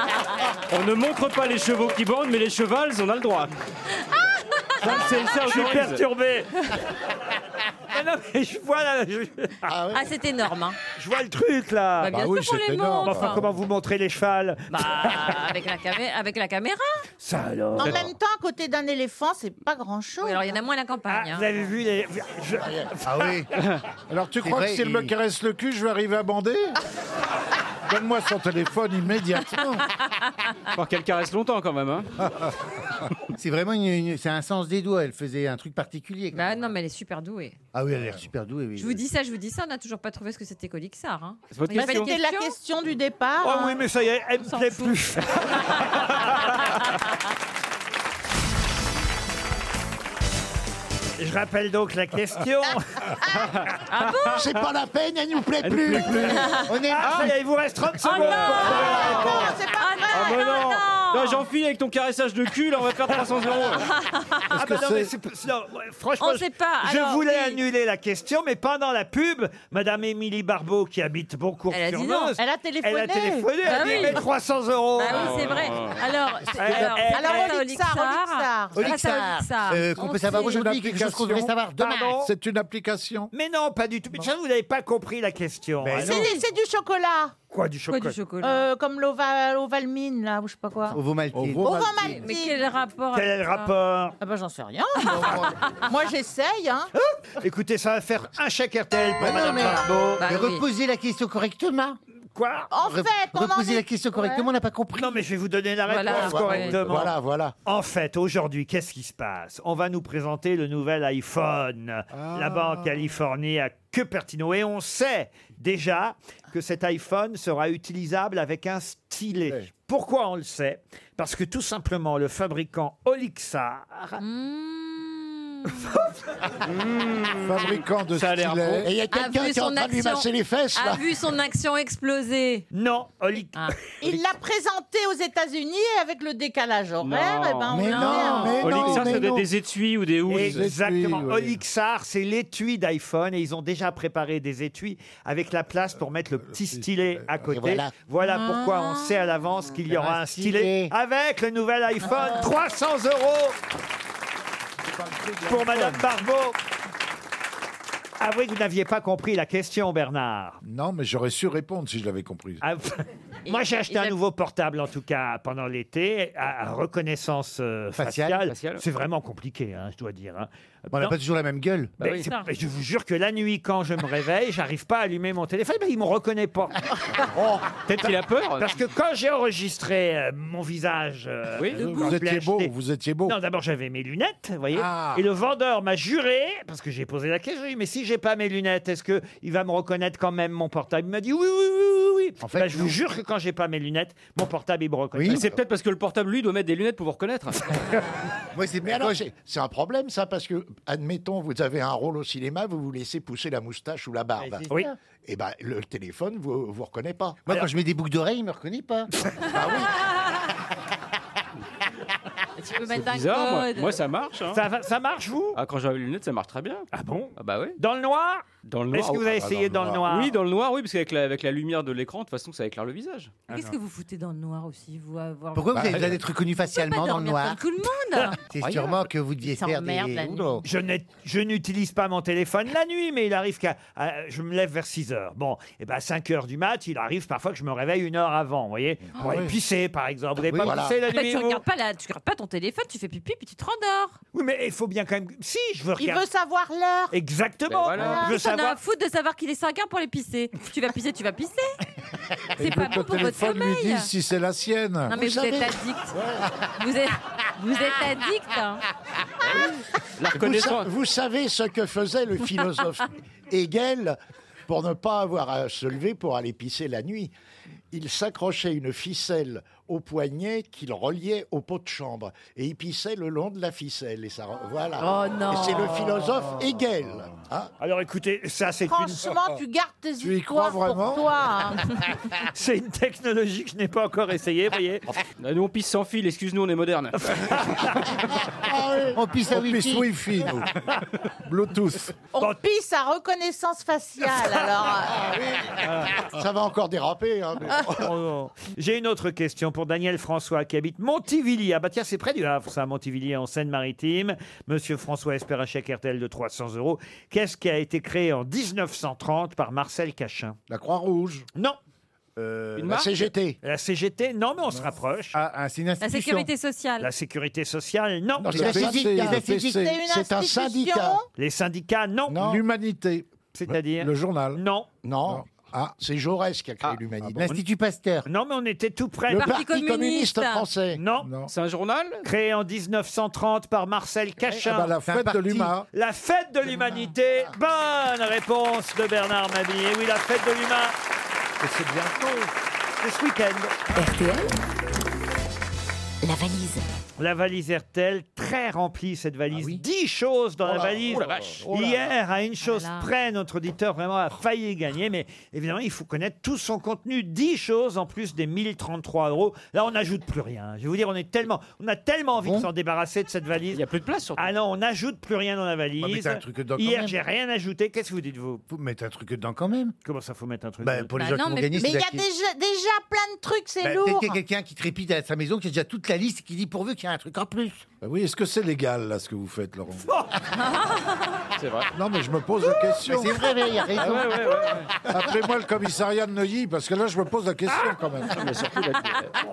*laughs*
On ne montre pas les chevaux qui bandent, mais les chevals, on a le droit. Ça, c'est- ça,
Je suis
autorise.
perturbé. Mais non, mais je vois là. Je...
Ah, c'est énorme. hein.
je vois le truc là.
Bah, bien Bah sûr oui, qu'on c'est les énorme. montre.
Enfin, comment vous montrez les chevals
Bah, avec la, camé- avec la caméra.
*laughs* Ça alors.
En même temps, à côté d'un éléphant, c'est pas grand-chose. Ah,
Oui, alors il y en a moins à la campagne. hein.
Vous avez vu les. je-
Ah
*laughs*
oui. Alors tu
C'est
crois
vrai,
que si elle
il-
me caresse le cul, je vais arriver à bander Donne-moi son
*laughs*
téléphone immédiatement.
Faut qu'elle caresse longtemps quand même.
*laughs*
Hein.
C'est vraiment une, une- c'est un sens des doigts. Elle faisait un truc particulier. quoi.
Bah non, mais elle est super douée.
Ah oui, elle a l'air super douée. Oui.
Je vous dis ça, je vous dis ça, on n'a toujours pas trouvé ce que c'était Colixar. Hein.
C'est votre
Il y a pas de
C'était la question du départ.
Oh
hein.
oui, mais ça y est, elle me plaît plus. *laughs* Je rappelle donc la question.
Ah bon
C'est pas la peine, elle nous plaît
Elle
plus.
nous plaît plus.
On est
Ah, ça y est, il vous reste 30 secondes. pour trouver la réponse.
c'est pas vrai.
Ah, bah non, non Jean-Philippe, avec ton caressage de cul, là, on va faire 300 euros. là.
Ah bah
que
non, mais
c'est-
c'est- c'est- non, ouais, franchement,
On sait pas,
je
alors,
voulais
oui.
annuler la question, mais pendant la pub, Madame Émilie Barbeau, qui habite boncourt
Elle a dit
sur
non.
meuse
Elle a téléphoné.
Elle a téléphoné, elle
Ah, Bah
a dit,
oui.
mais 300 euros.
Bah oui, c'est vrai. Ah, Alors, c'est- alors,
eh,
grâce à
eh,
Olixar,
Olixar,
grâce à
Olixar.
Olixar,
Euh, qu'on
on
peut savoir
sait-
aujourd'hui quelque chose qu'on devrait savoir demain.
hein, Pardon
C'est une application.
Mais non, pas du tout. Mais ça, vous n'avez pas compris la question. Ah non.
C'est c'est du chocolat.
Quoi, du chocolat
Euh, comme l'ova- l'ovalmine, là, ou je sais pas quoi.
Ovomaltine.
Ovomaltine.
Mais quel rapport
Quel est
avec
le
ça
rapport
Ah bah j'en sais rien. *laughs* Moi j'essaye, hein.
Écoutez, ça va faire un chèque RTL pour
Bah non,
Madame
mais-
Barbeau.
Mais reposer la question correctement.
Quoi
En
Re-
fait, on en
reposer
est-
la question correctement, on n'a pas compris.
Non, mais je vais vous donner la
Voilà.
réponse
Ouais,
correctement.
Voilà, voilà.
En fait, aujourd'hui, qu'est-ce qui se passe On va nous présenter le nouvel iPhone là-bas en Californie, à Cupertino. Et on sait déjà que cet iPhone sera utilisable avec un stylet. Pourquoi on le sait Parce que tout simplement, le fabricant Olixar.
Hmm.
*laughs*
Fabricant de
Ça a l'air
stylets.
bon.
Et il y a
A
quelqu'un
vu
qui est en
son
train de lui
action-
masser les fesses,
A
là.
vu son action exploser. Ah.
Non, Oli-
Il l'a présenté aux États-Unis et avec le décalage horaire,
Non.
eh ben on
Mais
l'a
non,
fait.
mais non,
Olixar, ça
mais
doit être
non.
des étuis ou des housses.
Exactement.
étuis, ouais.
Olixar, c'est l'étui d'iPhone et ils ont déjà préparé des étuis avec la place pour mettre le petit stylet à côté. Voilà,
voilà.
pourquoi on sait à l'avance qu'il y aura
Un
un stylet
stylet.
avec le nouvel iPhone. 300 euros pour Madame Barbeau. Avouez que vous n'aviez pas compris la question, Bernard.
Non, mais j'aurais su répondre si je l'avais compris.
Ah,
*laughs*
Moi, j'ai acheté
et
un
la-
nouveau portable, en tout cas, pendant l'été, à à reconnaissance euh,
Faciale.
faciale.
Faciale.
C'est vraiment compliqué, hein, je dois dire. hein.
On n'a
Non.
pas toujours la même gueule.
Mais c'est-
Bah
mais je vous jure que la nuit, quand je me réveille, j'arrive pas à allumer mon téléphone, mais il me reconnaît pas.
Oh.
Peut-être qu'il a peur.
Parce que quand j'ai enregistré euh, mon visage, euh,
Oui.
quand
Vous
je l'ai
étiez beau,
acheté-
vous étiez beau.
Non, d'abord j'avais mes lunettes, vous voyez.
Ah.
Et le vendeur m'a juré, parce que j'ai posé la question, j'ai dit, mais si j'ai pas mes lunettes, est-ce que il va me reconnaître quand même mon portable Il m'a dit oui, oui, oui, oui, oui.
En fait,
Bah, je vous
non.
jure que quand j'ai pas mes lunettes, mon portable il me reconnaît.
Mais C'est peut-être parce que le portable, lui, doit mettre des lunettes pour vous
*laughs*
reconnaître.
Moi, c'est
Mais alors, c'est c'est un problème, ça, parce que, admettons, vous avez un rôle au cinéma, vous vous laissez pousser la moustache ou la barbe.
Oui. ça.
Et ben, le téléphone vous, vous reconnaît pas.
Moi, quand je mets des boucles d'oreilles, il me reconnaît pas.
Tu peux mettre un
Bizarre, moi.
code.
Moi, ça marche. hein.
Ça, va- ça marche vous
Ah, quand j'avais les lunettes, ça marche très bien.
Ah bon
Ah bah oui.
Dans le noir
Dans le noir.
Est-ce que vous
oui.
avez
ah bah,
essayé
dans
dans
le
le noir
Oui, dans le noir, oui, parce qu'avec la, avec la lumière de l'écran, de toute façon, ça éclaire le visage.
Ah,
Ah
Qu'est-ce que vous foutez dans le noir aussi vous, avoir...
Pourquoi
Bah,
vous avez besoin d'être reconnu
Vous pouvez
facialement
pas
dans le
dormir
noir
comme tout le monde
*laughs* C'est sûrement que vous deviez
Ils
faire
s'emmerdent
des...
la nuit.
Non.
Je, n'ai- je n'utilise pas mon téléphone la nuit, mais il arrive qu'à. à- je me lève vers 6 heures. Bon, et ben 5 heures du mat, il arrive parfois que je me réveille une heure avant, vous voyez, pour aller pisser, par exemple. Vous n'avez
Ah Oui,
pas
voilà.
pissé la
*laughs*
Bah,
nuit
tu
vous
regardes pas la- tu regardes pas ton téléphone, tu fais pipi, puis tu te rendors.
Oui, mais il faut bien quand même. Si, je veux
Il
regarder.
veut savoir l'heure.
Exactement.
Ben
Je veux
T'en as
savoir.
un foutre de savoir qu'il est 5 heures pour les pisser. Tu vas pisser, tu vas pisser.
Il
C'est
faut
pas
que
bon
le
pour votre
téléphone lui
sommeil.
dise si c'est la sienne.
Non, mais vous, êtes addict. Vous êtes, vous êtes addict. hein.
Ah.
La reconnaissance-
Vous, sa- vous savez ce que faisait
*laughs*
le philosophe Hegel pour ne pas avoir à se lever pour aller pisser la nuit. Il s'accrochait une ficelle au poignet qu'il reliait au pot de chambre et il pissait le long de la ficelle et ça re- voilà.
Oh non.
Et c'est le philosophe Hegel. hein.
Alors écoutez, ça c'est une- *laughs*
Franchement, tu gardes tes
Tu y
histoires
crois vraiment
pour toi.
Oh,
hein.
*laughs* C'est une technologie que je n'ai pas encore essayée, voyez.
Ah, Nous, on pisse sans fil, excuse-nous, on est
*laughs*
moderne.
On pisse à
On pisse
wifi.
wifi, nous.
Bluetooth.
On pisse à reconnaissance faciale,
Ah
alors.
Ça va encore déraper. hein, mais-
*laughs* Oh non. J'ai une autre question pour Daniel François qui habite Montivilliers. Ah bah tiens, c'est près du Havre, ça, Montivilliers, en Seine-Maritime. Monsieur François espère un chèque RTL de 300 euros. Qu'est-ce qui a été créé en 1930 par Marcel Cachin
La Croix-Rouge.
Non.
Une la marque CGT.
La CGT, non, mais on se rapproche.
La sécurité sociale.
La sécurité sociale, non.
Non, Les c'est un syndic- PC, les un syndics, PC. c'est une
C'est un
institution
syndicat. Les syndicats, non.
L'humanité.
C'est-à-dire
Le journal.
Non. Ah.
Non. Ah, c'est Jaurès qui a créé l'humanité.
L'Institut
Pasteur.
Non, mais on était tout près.
Le Le Parti Parti communiste. communiste français.
Non.
C'est un journal
Créé en 1930 par
Eh,
Marcel Cachin.
Ah bah, la C'est un fête de parti. l'humain.
La fête de l'humanité. Bonne réponse de Bernard Mabie. Et oui, la fête de l'humain.
C'est bientôt.
C'est ce week-end.
La valise.
La valise RTL, très remplie cette valise. 10 choses dans
Ah Oh
la
là,
valise.
oh la vache. Oh là.
Hier, à une chose
Voilà.
près, notre auditeur vraiment a failli gagner, mais évidemment, il faut connaître tout son contenu. 10 choses en plus des 1033 euros. Là, on n'ajoute plus rien. Je vais vous dire, on est tellement, on a tellement envie de s'en débarrasser de cette valise. Il n'y a
plus de place surtout.
Ah non, on n'ajoute plus rien dans la
Ouais, mais
valise.
t'as un truc dedans quand
Hier,
même.
j'ai rien ajouté. Qu'est-ce que vous dites, vous
Faut mettre un truc dedans quand même.
Comment ça, faut mettre un truc
Bah,
dedans
Pour les
Bah
gens
non,
qui vont
mais
gagner,
mais
c'est
il y a
d'acquis.
déjà, déjà plein de trucs, c'est
Bah, dès
lourd.
qu'il y a quelqu'un qui trépite à sa maison, qui a déjà toute la liste, qui dit pourvu qu'il y ait un truc en plus.
Bah oui, est-ce que c'est légal, là, ce que vous faites,
*laughs*
Laurent
C'est vrai.
Non, mais je me pose la question.
Mais c'est vrai, mais il y a raison.
Ah ouais, ouais, ouais, ouais. Appelez-moi le commissariat de Neuilly, parce que là, je me pose la question quand même.
Ah, Mais surtout, la-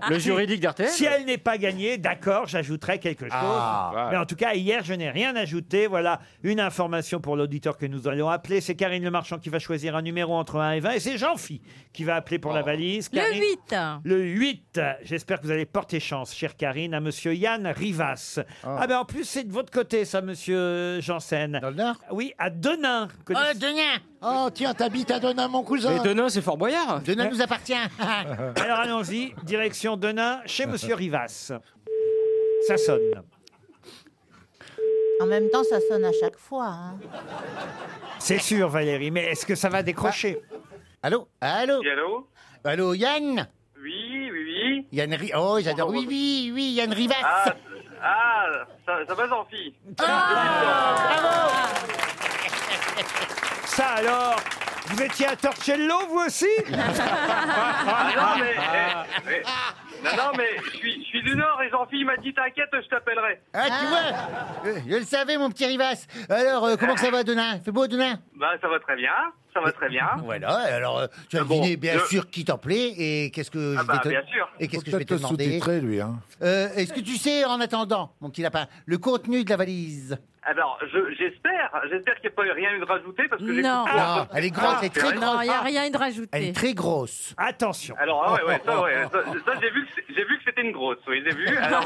Ah, Si- Si elle n'est pas gagnée, d'accord, j'ajouterai quelque chose.
Ah.
Mais en tout cas, hier, je n'ai rien ajouté. Voilà une information pour l'auditeur que nous allons appeler. C'est Karine Le Marchand qui va choisir un numéro entre 1 et 20. Et c'est Jean-Phi qui va appeler
Oh.
pour la valise.
Le
Karine-
8.
Le 8. J'espère que vous allez porter chance, chère Karine, à monsieur Yann Rivas. Ah, ben en plus, c'est de votre côté, ça, monsieur Janssen. Dans Oui, à Denain.
Ah,
Euh,
Connaissez-
Denain
Oh, tiens, t'habites à Denain, mon cousin.
Mais Denain, c'est Fort Boyard.
Denain nous appartient.
*laughs* Alors allons-y, direction Denain, chez monsieur Rivas. Ça sonne.
En même temps, ça sonne à chaque fois. hein.
C'est sûr, Valérie, mais est-ce que ça va décrocher
Allô Allô
Allô
Allô, Yann
Oui, oui, oui.
Yann Ri- Oh, j'adore. Oui, oui, oui, Yann Rivas.
Ah, ah ça, ça va, Ah, Zanfi
Ah,
Ça alors Vous étiez à Torcello, vous
*laughs*
aussi
ah, non, mais, eh, eh, non, non, mais je suis, je suis du Nord et Zanfi il m'a dit T'inquiète, je t'appellerai.
Ah, tu vois Euh, Je le savais, mon petit Rivas. Alors, euh, comment que ça va, Denain Fait beau, Denain
Bah, ça va très bien, ça va très
Ah.
Ah,
bien.
Voilà, et alors euh, tu as
Ah bon,
deviné bien
je-
sûr qui t'en plaît et qu'est-ce que
Ah
je
bah,
vais te
bien sûr.
et qu'est-ce que je vais
Peut-être
te
le
demander
sous-titré, lui. Hein.
Euh, Est-ce que tu sais en attendant, mon petit lapin, le contenu de la valise
Alors, je- j'espère, j'espère qu'il n'y a pas eu rien eu de rajouté parce que j'ai.
Non.
Ah, elle est grande, elle est très
Non, il
grande.
n'y a rien eu de rajouté.
très grosse.
Attention.
Alors, ah ouais, ouais, ça, ouais, ça, ça, j'ai vu que c'est- j'ai vu que c'était une grosse, oui, j'ai vu. Alors,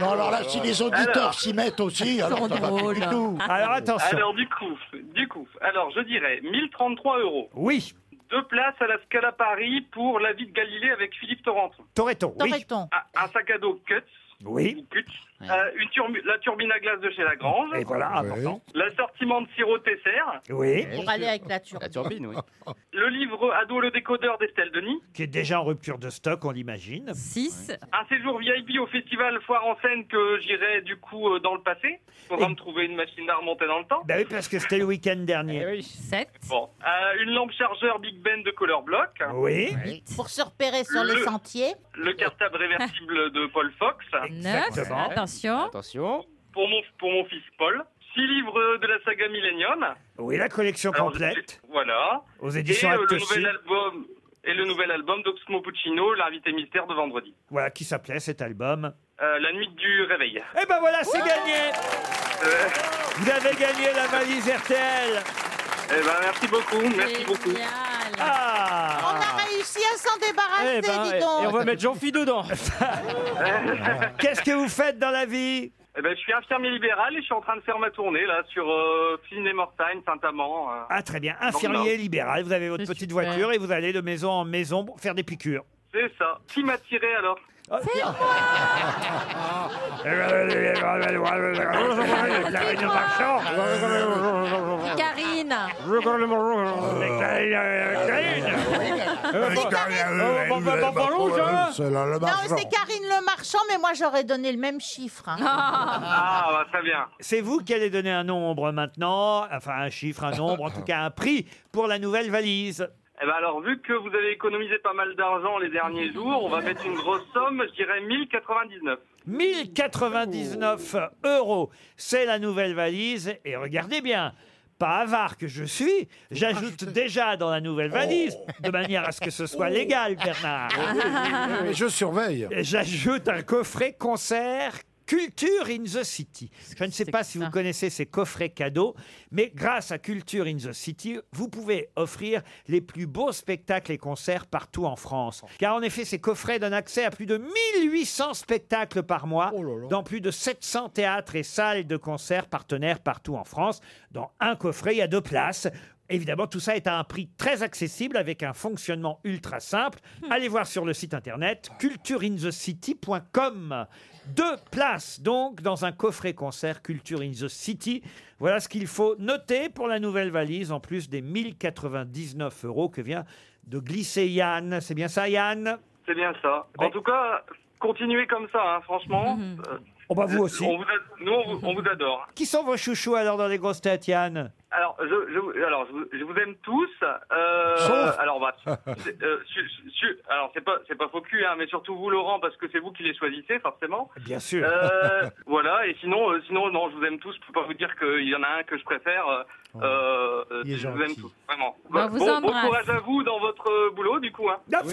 Non, alors là, si les auditeurs
Alors. Ah,
s'y mettent aussi, alors ça va plus du tout.
Alors, du coup, du coup, alors, je dirais 1033 euros.
Oui.
Deux places à la Scala Paris pour la vie de Galilée avec Philippe Torrenton.
Toretto, oui.
Un, un sac à dos Cuts.
Oui.
Ou Cuts. Euh, une turbu- la turbine à glace de chez Lagrange.
Et voilà, important.
L'assortiment de sirop Tesser.
Oui.
Pour aller avec la turbine.
oui.
Le livre Ado le décodeur d'Estelle Denis.
Qui est déjà en rupture de stock, on l'imagine.
6.
Un séjour VIP au festival Foire en scène que j'irai du coup euh, dans le passé. Faudra me trouver une machine à remonter dans le temps.
Bah oui, parce que c'était le week-end
Eh
dernier.
Oui. 7.
Bon. Euh, une lampe chargeur Big Ben de Color Block.
Oui.
Pour se repérer sur les
Le-
sentiers.
Le cartable réversible de Paul Fox.
9. Attention.
Attention.
Pour mon, pour mon fils Paul. Six livres de la saga Millennium.
Oui, la collection
Alors,
complète.
j'ai- Voilà.
Aux éditions
Et euh, le
Actes
nouvel
Sud.
album et le nouvel album d'Oxmo Puccino, l'invité mystère de vendredi.
Voilà, qui s'appelait cet album
Euh, la nuit du réveil.
Eh ben voilà, c'est gagné Vous avez gagné la valise RTL
Eh ben merci beaucoup, merci beaucoup.
Ah
On a réussi à s'en débarrasser,
Eh ben,
dis
et
donc.
on va mettre Jean-Phi dedans.
*laughs* Qu'est-ce que vous faites dans la vie
*laughs* Eh ben, je suis infirmier libéral et je suis en train de faire ma tournée là sur euh, Mortagne, Saint-Amand. euh.
Ah très bien,
Dans le
infirmier
Nord.
libéral, vous avez votre petite voiture et vous allez de maison en maison pour faire des piqûres.
C'est ça. Qui m'a tiré alors
C'est moi
La réunion marchand
Karine
Eh
Bah,
bah,
Non, c'est Karine Le Marchand, mais moi j'aurais donné le même chiffre. hein.
Ah, bah, très bien.
C'est vous qui allez donner un nombre maintenant, enfin un chiffre, un nombre, en tout cas un prix pour la nouvelle valise.
Eh ben alors, vu que vous avez économisé pas mal d'argent les derniers jours, on va mettre une grosse somme, je dirais 1099.
1099 euros, c'est la nouvelle valise. Et regardez bien, pas avare que je suis,
Ah,
j'ajoute déjà dans la nouvelle valise, de manière à ce que ce soit
Oh.
légal, Bernard.
Mais je surveille.
Et J'ajoute un coffret concert Culture in the City. Je ne sais pas si vous connaissez ces coffrets cadeaux, mais grâce à Culture in the City, vous pouvez offrir les plus beaux spectacles et concerts partout en France. Car en effet, ces coffrets donnent accès à plus de 1800 spectacles par mois
Oh
dans plus de 700 théâtres et salles de concerts partenaires partout en France. Dans un coffret, il y a deux places. Évidemment, tout ça est à un prix très accessible avec un fonctionnement ultra simple. Allez voir sur le site internet cultureinthecity.com. Deux places donc dans un coffret concert Culture in the City. Voilà ce qu'il faut noter pour la nouvelle valise en plus des 1099 euros que vient de glisser Yann. C'est bien ça Yann
C'est bien ça. En tout cas, continuez comme ça, hein, franchement. Euh,
Oh bah vous aussi.
on vous ad- Nous, on vous, on vous adore.
Qui sont vos chouchous alors dans les grosses têtes Yann
Alors, je, je- alors, je, vous- je vous aime tous. Euh,
Sauf-
alors,
*laughs*
bah, c'est- euh, su- su- su- alors c'est pas, c'est pas faux cul, hein, mais surtout vous, Laurent, parce que c'est vous qui les choisissez, forcément.
Bien sûr. *laughs*
Euh, voilà. Et sinon, euh, sinon, non, je vous aime tous. Je peux pas vous dire qu'il y en a un que je préfère. euh, euh,
Il est
je vous
gentil.
aime tous, vraiment.
Bah,
Bon-
vous
bon,
embrasse.
courage à vous dans votre euh, boulot, du
*laughs*
coup. Hein.
bah, vous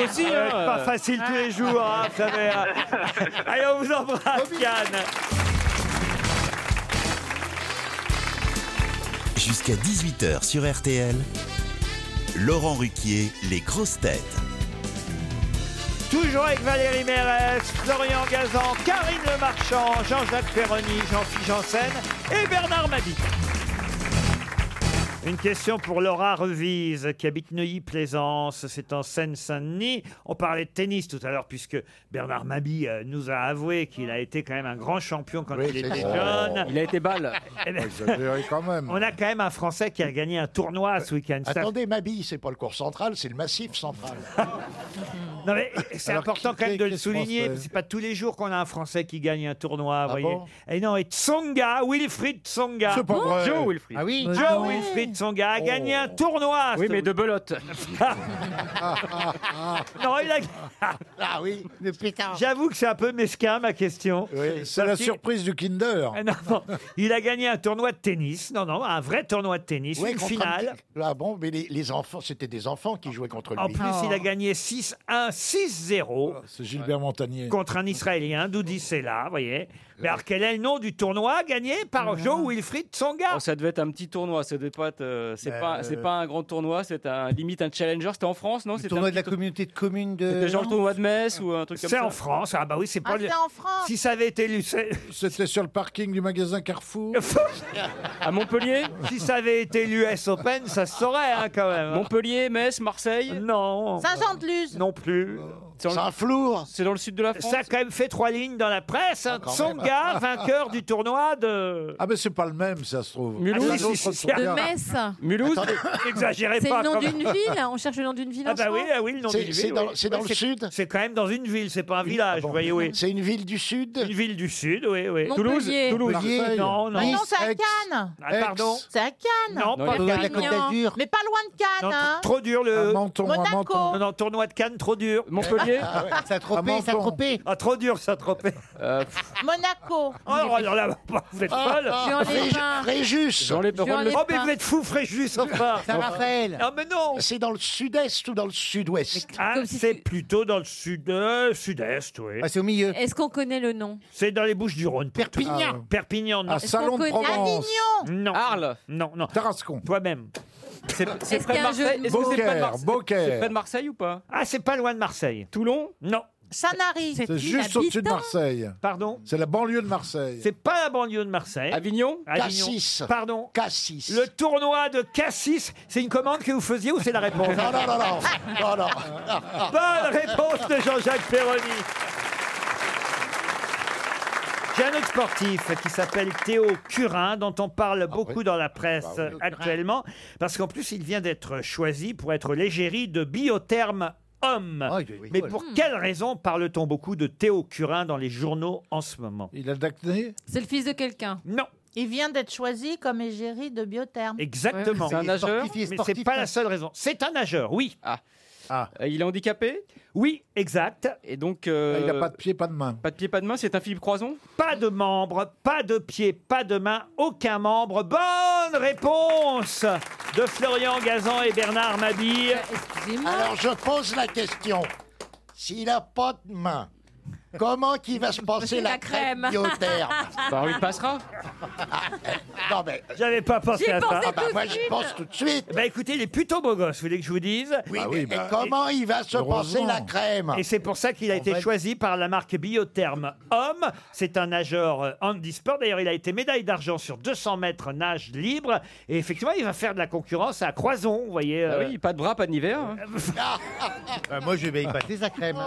aussi,
hein,
Pas
euh.
facile tous les jours, hein, vous savez. *laughs* hein. Allez, on vous embrasse, Yann.
Jusqu'à 18h sur RTL, Laurent Ruquier, les grosses têtes.
Toujours avec Valérie Mérès, Florian Gazan, Karine Le Marchand, Jean-Jacques Ferroni, Jean-Philippe Janssen et Bernard Mabie. Une question pour Laura Revise, qui habite Neuilly-Plaisance, c'est en Seine-Saint-Denis. On parlait de tennis tout à l'heure, puisque Bernard Mabie euh, nous a avoué qu'il a été quand même un grand champion quand il était jeune.
Il a été balle.
Eh ben,
Exagéré quand même.
On a quand même un Français qui a gagné un tournoi ce week-end. Ça-
Attendez, Mabille, c'est pas le cours central, c'est le massif central.
Non mais eh, c'est
Alors,
important
qui-
quand même de
qui-
le
qu'est-ce qu'on
souligner.
fait
C'est pas tous les jours qu'on a un Français qui gagne un tournoi, vous voyez.
bon
et non, et Tsonga, Wilfried Tsonga.
C'est pas Bon. vrai. Joe Wilfried.
Ah oui.
Ah
Joe
ouais.
Wilfried Tsonga a gagné un tournoi.
Oui,
ce
mais de belote.
non, il a.
ah oui,
le *laughs* J'avoue que c'est un peu mesquin ma question.
C'est la
Parce qu'il-
surprise du Kinder.
Ah, non, non. il a gagné un tournoi de tennis. Non, non, un vrai tournoi de tennis,
Oui,
une
contre un
finale.
petit- Là, bon, mais les, les enfants, c'était des enfants qui jouaient contre lui.
En plus, il a gagné 6-1, 6-0.
Ah, C'est Gilbert Montagnier.
Contre un Israélien, Doudi Sela, vous voyez. Mais alors, quel est le nom du tournoi gagné par Joe Wilfried Tsonga
Oh, ça devait être un petit tournoi, ça devait pas être, euh, c'est
Euh,
pas, c'est pas un grand tournoi, c'est un limite un challenger. C'était en France, non
Le
C'était
tournoi
un
de la
petit tour-
communauté de communes
C'était
de.
genre le tournoi de
Ah.
Metz ou un truc comme ça.
C'est en France. Ah bah oui, c'est pas.
Ah,
le-
c'est en France.
Si ça avait été Lucé.
C'était sur le parking du magasin Carrefour.
*laughs* À
*laughs*
Montpellier
Si ça avait été l'US Open, ça se saurait hein, quand même.
Montpellier, Metz, Marseille
Non.
Saint-Jean-de-Luz.
Non plus.
Oh.
Saint-Flour.
C'est dans le sud de la France.
Ça a quand même fait trois lignes dans la presse. hein.
Ah, quand
Tsonga,
même.
vainqueur du tournoi
euh.
de.
Ah, mais c'est pas le même, ça se trouve.
Mulhouse.
Ah, c'est l'autre
Si, si, si,
tournoi.
de
Metz.
Mulhouse
*laughs* N'exagérez
C'est
pas.
le nom
quand
d'une
même.
ville On cherche le nom d'une ville
Ah
en
bah
ce
oui,
moment
ah oui, le nom
C'est-
d'une ville.
c'est dans-
oui.
c'est dans
Ouais,
le
c'est-
sud ah
C'est quand même dans une ville, c'est pas un village, vous voyez, oui.
C'est une ville du sud
Une ville du sud, oui, oui.
Montpellier.
Toulouse,
Marseille.
Non,
Ah
non.
non, c'est à
Aix.
Cannes.
Ah, pardon
C'est à Cannes.
Non,
Non,
pas
il
y a
Cannes.
pas la Côte
Mignon.
d'Azur.
Mais pas loin de Cannes.
Non,
hein.
trop dur le.
À Menton, à
Monaco.
Menton.
Non, non, tournoi de Cannes, trop dur.
Ah,
Montpellier
Ça a
À
tropé,
Menton.
ça a tropé.
Ah, trop dur, ça, trop
Euh, pff,
Monaco. Monaco.
Oh, alors là, vous êtes
Ah,
folle.
ah, Jean Lépin.
Fréjus.
Jean Lépin. Jean Lépin. Oh, mais vous êtes fou, Fréjus, enfin. Saint-Raphaël. Ah, mais non.
C'est dans le sud-est ou dans le sud-ouest
Ah, c'est plutôt dans le sud, euh, sud-est, oui.
Ah, c'est au milieu.
Est-ce qu'on connaît le nom
C'est dans les Bouches-du-Rhône. Perpignan. Perpignan, non.
Ah, Est-ce qu'on Salon de connaît- Provence.
Avignon. Non. Arles. Non, non. Tarascon. Toi-même. C'est
c'est Est-ce près de qu'il y a un Marseille jeu de Est-ce que c'est près de Beaucaire, Marseille Beaucaire. C'est près de
Marseille ou pas Ah, c'est pas loin de Marseille. Toulon Non.
Sanary.
C'est juste au-dessus de Marseille.
Pardon
C'est la banlieue de Marseille.
C'est pas la banlieue de Marseille. Avignon
Cassis.
Pardon
Cassis.
Le tournoi de Cassis, c'est une commande que vous faisiez ou c'est
*laughs*
la réponse
Non, non, non, non. non, non.
*laughs* Bonne réponse de Jean-Jacques Perroni. J'ai un autre sportif qui s'appelle Théo Curin, dont on parle beaucoup dans la presse
Ah oui.
actuellement, parce qu'en plus il vient d'être choisi pour être l'égérie de Biotherme Homme. Mais pour quelle raison parle-t-on beaucoup de Théo Curin dans les journaux en ce moment Il a d'acné
C'est le fils de quelqu'un.
Non.
Il vient d'être choisi comme égérie de Biotherme.
Exactement. mais c'est pas la seule raison. C'est un nageur, oui.
Euh, il est handicapé
Oui, exact.
Et donc. euh,
Ah,
Il n'a pas de pied, pas de main.
Pas de pied, pas de main, c'est un Philippe Croison
Pas de membre, pas de pied, pas de main, aucun membre. Bonne réponse de Florian Gazan et Bernard Mabille.
Euh, Alors je pose la question. S'il n'a pas de main, comment qu'il va se passer la, crème, biotherme
Bah, il passera.
Ah,
*laughs*
Non mais
J'avais pas euh, pensé
J'y
à ça.
pensais Ah bah, tout de moi, j'y suite. pense tout de suite.
Bah écoutez, il est plutôt beau gosse, vous voulez que je vous dise
Oui, Ah oui, mais bah, comment il va se penser la crème
Et c'est pour ça qu'il a été choisi par la marque Biotherme Homme. C'est un nageur euh, handisport. D'ailleurs, il a été médaille d'argent sur 200 mètres nage libre. Et effectivement, il va faire de la concurrence à Croison, vous voyez.
Ah
euh,
oui, pas de bras, pas de hein. hiver.
Bah, moi, je vais y passer
*laughs*
sa crème.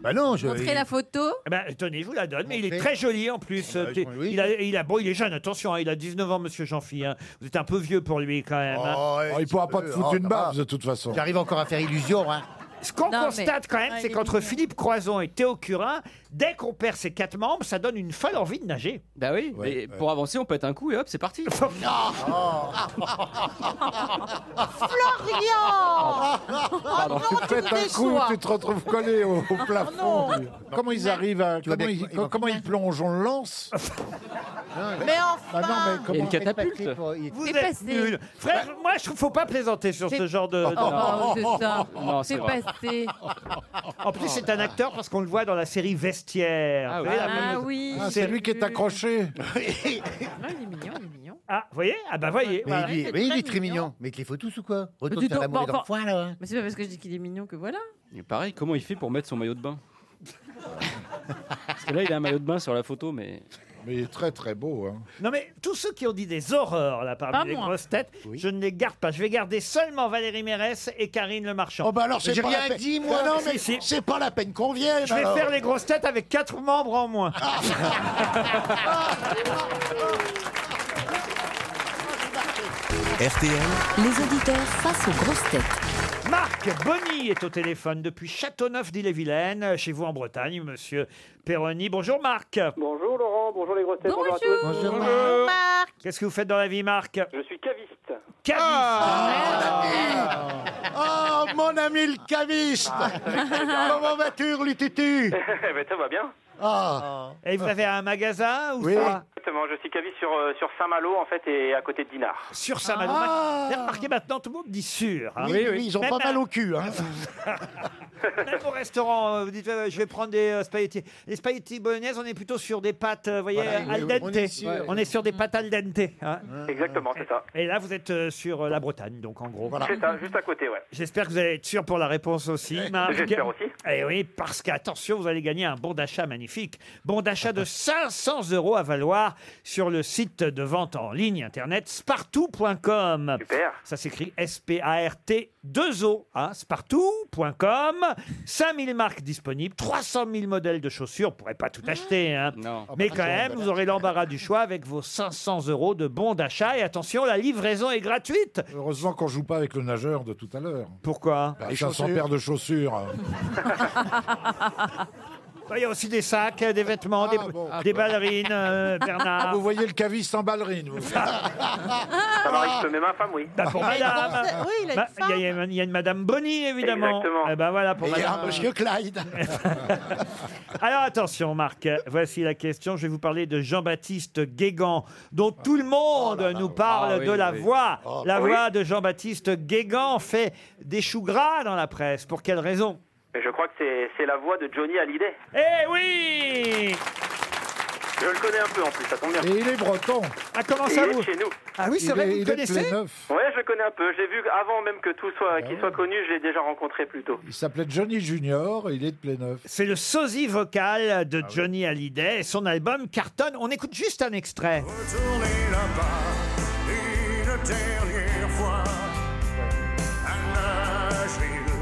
bah non, je.
Montrez la photo.
Eh ben, tenez, je vous la donne, mais il est
Montrez.
très joli en plus.
Ah bah,
T'es-
oui.
il, a, il, a, bon, il est jeune, attention, hein, il a 19 ans, monsieur Jean-Phil. hein. Vous êtes un peu vieux pour lui quand même. hein.
Oh, il pourra pas te foutre une baffe de toute façon.
J'arrive encore à faire illusion, hein.
Ce qu'on
Non, mais-
constate quand même,
Ah, il
c'est
est
qu'entre
mignon.
Philippe Croison et Théo Curin, dès qu'on perd ses quatre membres, ça donne une folle envie de nager.
Bah oui, mais pour avancer, on pète un coup et hop, c'est parti.
Bah,
Oh,
Florian
Ah,
Pardon. tu pètes un coup, tu te retrouves collé au, au plafond. Comment ils arrivent à.
vas
Comment,
bien-
ils,
il va
comment ils plongent On le
*laughs*
lance Bah,
Mais enfin
comment-
Vous êtes nuls. Frère, moi, je trouve faut pas plaisanter sur
Bah- C'est-
ce genre de.
Oh,
de-
oh, c'est ça.
Non, c'est
C'est
vrai.
passé.
Oh.
En plus, c'est un acteur parce qu'on le voit dans la série Vestiaire.
Ah
Vous
oui.
voyez, la
Ah
fameuse-
oui.
Ah, C'est lui qui est accroché.
Ah, vous voyez Ah, bah, voyez.
Mais
voilà.
il, est, oui, il est très mignon. Mais avec les photos ou quoi
Bah,
Mais
Retourne
dis donc,
faire l'amour
bon,
des enfants,
enfin,
hein.
alors.
Mais c'est pas parce que je dis qu'il est mignon que voilà.
Et pareil, comment il fait pour mettre son maillot de bain Parce que là, il a un maillot de bain sur la photo, mais.
Mais il est très très beau. Hein.
Non mais tous ceux qui ont dit des horreurs là parmi
Pas
les
moi.
grosses têtes, je ne les garde pas. Je vais garder seulement Valérie Mérès et Karine Le Marchand.
Oh bah alors c'est
J'ai
pas
rien
la peine.
dit moi.
Ah non mais c'est pas la peine qu'on vienne.
Je vais
alors.
faire les grosses têtes avec quatre membres en moins.
RTL,
Les auditeurs face aux grosses têtes.
Marc Bonny est au téléphone depuis Châteauneuf d'Ille-et-Vilaine, chez vous en Bretagne, monsieur Perroni. Bonjour Marc.
Bonjour Laurent, bonjour les grosses têtes, bonjour, à tous.
Bonjour,
Marc.
Qu'est-ce que vous faites dans la vie Marc
Je suis caviste.
Caviste.
Ah. Oh mon ami le caviste
Ah,
Comment
*laughs*
vas-tu Hurlitutu
Mais Eh ben, ça va bien.
Ah
Et vous avez un magasin ou ça
Exactement, je suis caviste sur, euh, sur Saint-Malo en fait et à côté de Dinard.
Sur Saint-Malo.
Ah.
D'ailleurs, Remarquez maintenant, tout le monde dit sûr. hein.
oui, oui, ils ont
Même
pas
à-
mal au cul. Hein.
Même au restaurant, euh, vous dites, euh, je vais prendre des euh, spaghettis. Les spaghettis bolognaises, on est plutôt sur des pâtes, euh, vous voyez,
Voilà,
al
oui,
dente.
on est sûr.
On est sur des pâtes al dente. hein.
Exactement, c'est ça.
Et là, vous êtes euh, sur euh, la Bretagne, donc en gros.
C'est ça, juste à côté, ouais.
J'espère que vous allez être sûr pour la
*laughs*
réponse aussi, Marc.
J'espère aussi.
Eh oui, parce qu'attention, vous allez gagner un bon d'achat magnifique. Bon
*laughs*
d'achat de 500 euros à valoir sur le site de vente en ligne internet spartou.com.
Super.
Ça s'écrit S-P-A-R-T 2 O, hein, spartou.com. 5000 marques disponibles, 300 000 modèles de chaussures. On pourrait pas tout acheter, hein. Mais quand même, vous aurez l'embarras du choix avec vos 500 euros de bon d'achat. Et attention, la livraison est gratuite.
Heureusement qu'on joue pas avec le nageur de tout à l'heure.
Pourquoi
bah, 500 paires de chaussures.
Bah, Il y a aussi des sacs, des vêtements, des, des ballerines, euh, Bernard. Ah,
Vous voyez le caviste en ballerine. vous.
Ça m'arrive que même ma femme, oui.
Bah,
Ah,
pour
Mais
madame.
comment- oui, Ah, il a une
Bah, Il y, a- il y a une madame Bonnie, évidemment.
Exactement.
Eh ben voilà, *laughs* pour
Et il y a
madame.
un monsieur
Clyde. Alors attention, Marc. Voici la question. Je vais vous parler de Jean-Baptiste Guégan, dont tout le monde nous parle
Ah oui,
de la
oui.
voix.
Oh.
La
Oui.
voix de Jean-Baptiste Guégan fait des choux gras dans la presse. Pour quelle raison
Mais je crois que c'est- c'est la voix de Johnny Hallyday.
Eh oui
Je le connais un peu en plus, ça tombe bien.
Et il est breton.
Ah, comment
Et
ça
il est
vous
chez nous.
Ah oui, c'est vrai, vous le connaissez
Ouais, je le connais un peu. J'ai vu avant même que tout soit,
Ah.
qu'il soit connu, je l'ai déjà rencontré plus tôt.
Il s'appelait Johnny Junior, il est de Ah Pléneuf.
C'est le sosie vocal de Johnny Hallyday. Son album cartonne. On écoute juste un extrait.
Retournez là-bas une dernière fois à Nashville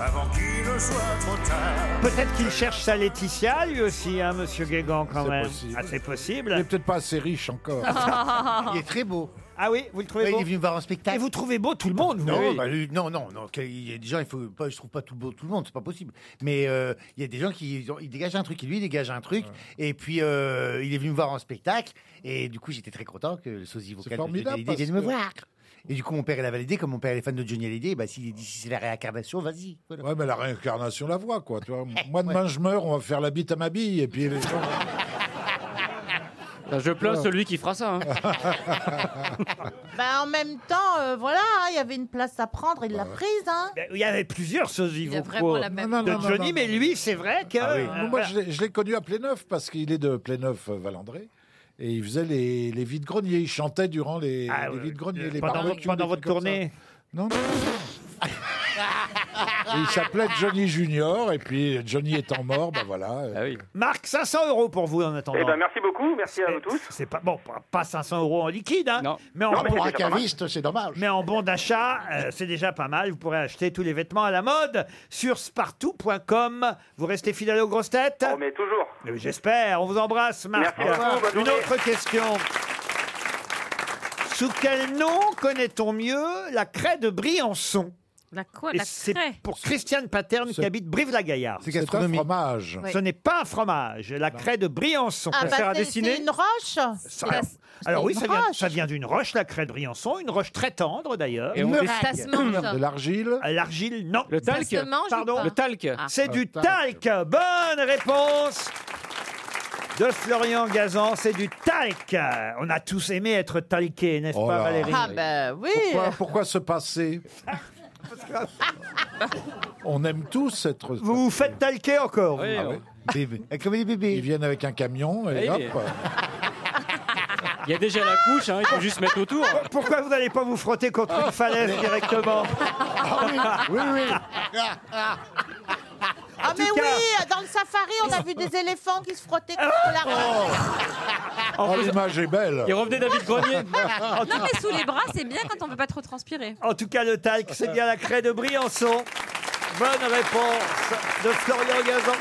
avant qu'il ne soit trop tard.
Peut-être qu'il cherche sa Laetitia, lui aussi, hein, monsieur Guégan, quand
C'est
même.
possible.
Ah, c'est possible.
Il est peut-être pas assez riche encore.
*laughs* Il est très beau.
Ah oui, vous le trouvez
beau Il est venu me voir en spectacle. Et vous
trouvez beau tout le monde, vous
Non,
Oui.
bah, lui- non, non, non. que- Il y a des gens, il faut pas, je trouve pas tout beau tout le monde, c'est pas possible. Mais euh, il y a des gens qui ils ont- ils dégagent un truc, et lui il dégage un truc. Et puis euh, il est venu me voir en spectacle, et du coup j'étais très content que le sosie vocal de Johnny
formidable,
Hallyday vienne
parce
me
que-
voir. Et du coup mon père il a validé, comme mon père est fan de Johnny Hallyday, bah s'il dit si c'est la réincarnation, vas-y. Voilà.
Ouais, mais la réincarnation la voit, quoi. Tu vois, moi, demain, je meurs, on va faire la bite à ma bille, et puis les gens...
Ben, Je plains celui qui fera ça. hein.
*laughs*
Bah, en même temps, euh, voilà, hein, il y avait une place à prendre, il l'a prise. Hein.
Ben, Il y avait plusieurs sosies
Il y a
vocaux
vraiment la même. Non, non,
de
non, non,
Johnny,
non.
mais lui, c'est vrai que.
Ah oui.
euh,
Moi, je l'ai- je l'ai connu à Pléneuf, parce qu'il est de Pléneuf-Valandré. Et il faisait les, les vides-greniers. Il chantait durant les,
Ah
les
oui.
vides-greniers. les
Pendant,
barbecues,
pendant
des
votre
trucs comme ça.
tournée *laughs*
Non, non, non. Et il s'appelait Johnny Junior, et puis Johnny étant mort, ben voilà.
Ah
Marc, 500 euros pour vous en attendant.
Eh ben,
merci beaucoup, merci à vous tous.
C'est pas bon, pas- pas 500 euros en liquide, hein, mais en
Non, mais
bon
c'est déjà pas mal. caviste,
c'est dommage. Mais en bon d'achat, euh, c'est déjà pas mal. Vous pourrez acheter tous les vêtements à la mode sur spartou.com. Vous restez fidèle aux grosses têtes. Eh
mais toujours.
J'espère. On vous embrasse, Marc.
Merci beaucoup, bonne
Une
journée.
autre question. Sous quel nom connaît-on mieux la craie de Briançon
La quoi
Et
La
c'est
craie
pour Christiane Paterne qui habite Brive-la-Gaillarde.
C'est gastronomique. un fromage.
Oui.
Ce n'est pas un fromage. La craie de Briançon.
Ah,
Ça
bah,
sert à
c'est-
dessiner
c'est une roche.
ça-
C'est la-
alors
c'est
oui,
une
ça vient,
roche.
ça
*laughs*
vient d'une roche, la craie de Briançon, une roche très tendre d'ailleurs.
Et on Meringue. dessine- Ça se mange. De
l'argile L'argile, non. Le
talc Ça se mange ou
Pardon
pas Le talc Ah.
C'est
Le
du talc. Bonne réponse de Florian Gazan, c'est du talc. On a tous aimé être talqués, n'est-ce pas
là.
Valérie
Ah
bah
ben oui
Pourquoi, pourquoi se passer On aime tous être. Vous
vous faites talquer encore
vous.
Oui,
Ah
on-
oui.
*laughs*
Comme des bébés. Ils viennent avec un camion et
Eh
hop.
bien. Il y a déjà la couche, hein, il faut juste mettre autour.
Pourquoi vous n'allez pas vous frotter contre une falaise directement
oui, oui.
Ah mais oui, dans le safari, on a vu des éléphants qui se frottaient
Ah
contre la roche.
Oh, l'image est belle.
Il revenait David Grenier.
En tout-
Non, mais sous les bras, c'est bien quand on veut pas trop transpirer.
En tout cas, le talc, c'est bien la craie de Briançon. Bonne réponse de Florian Gazan.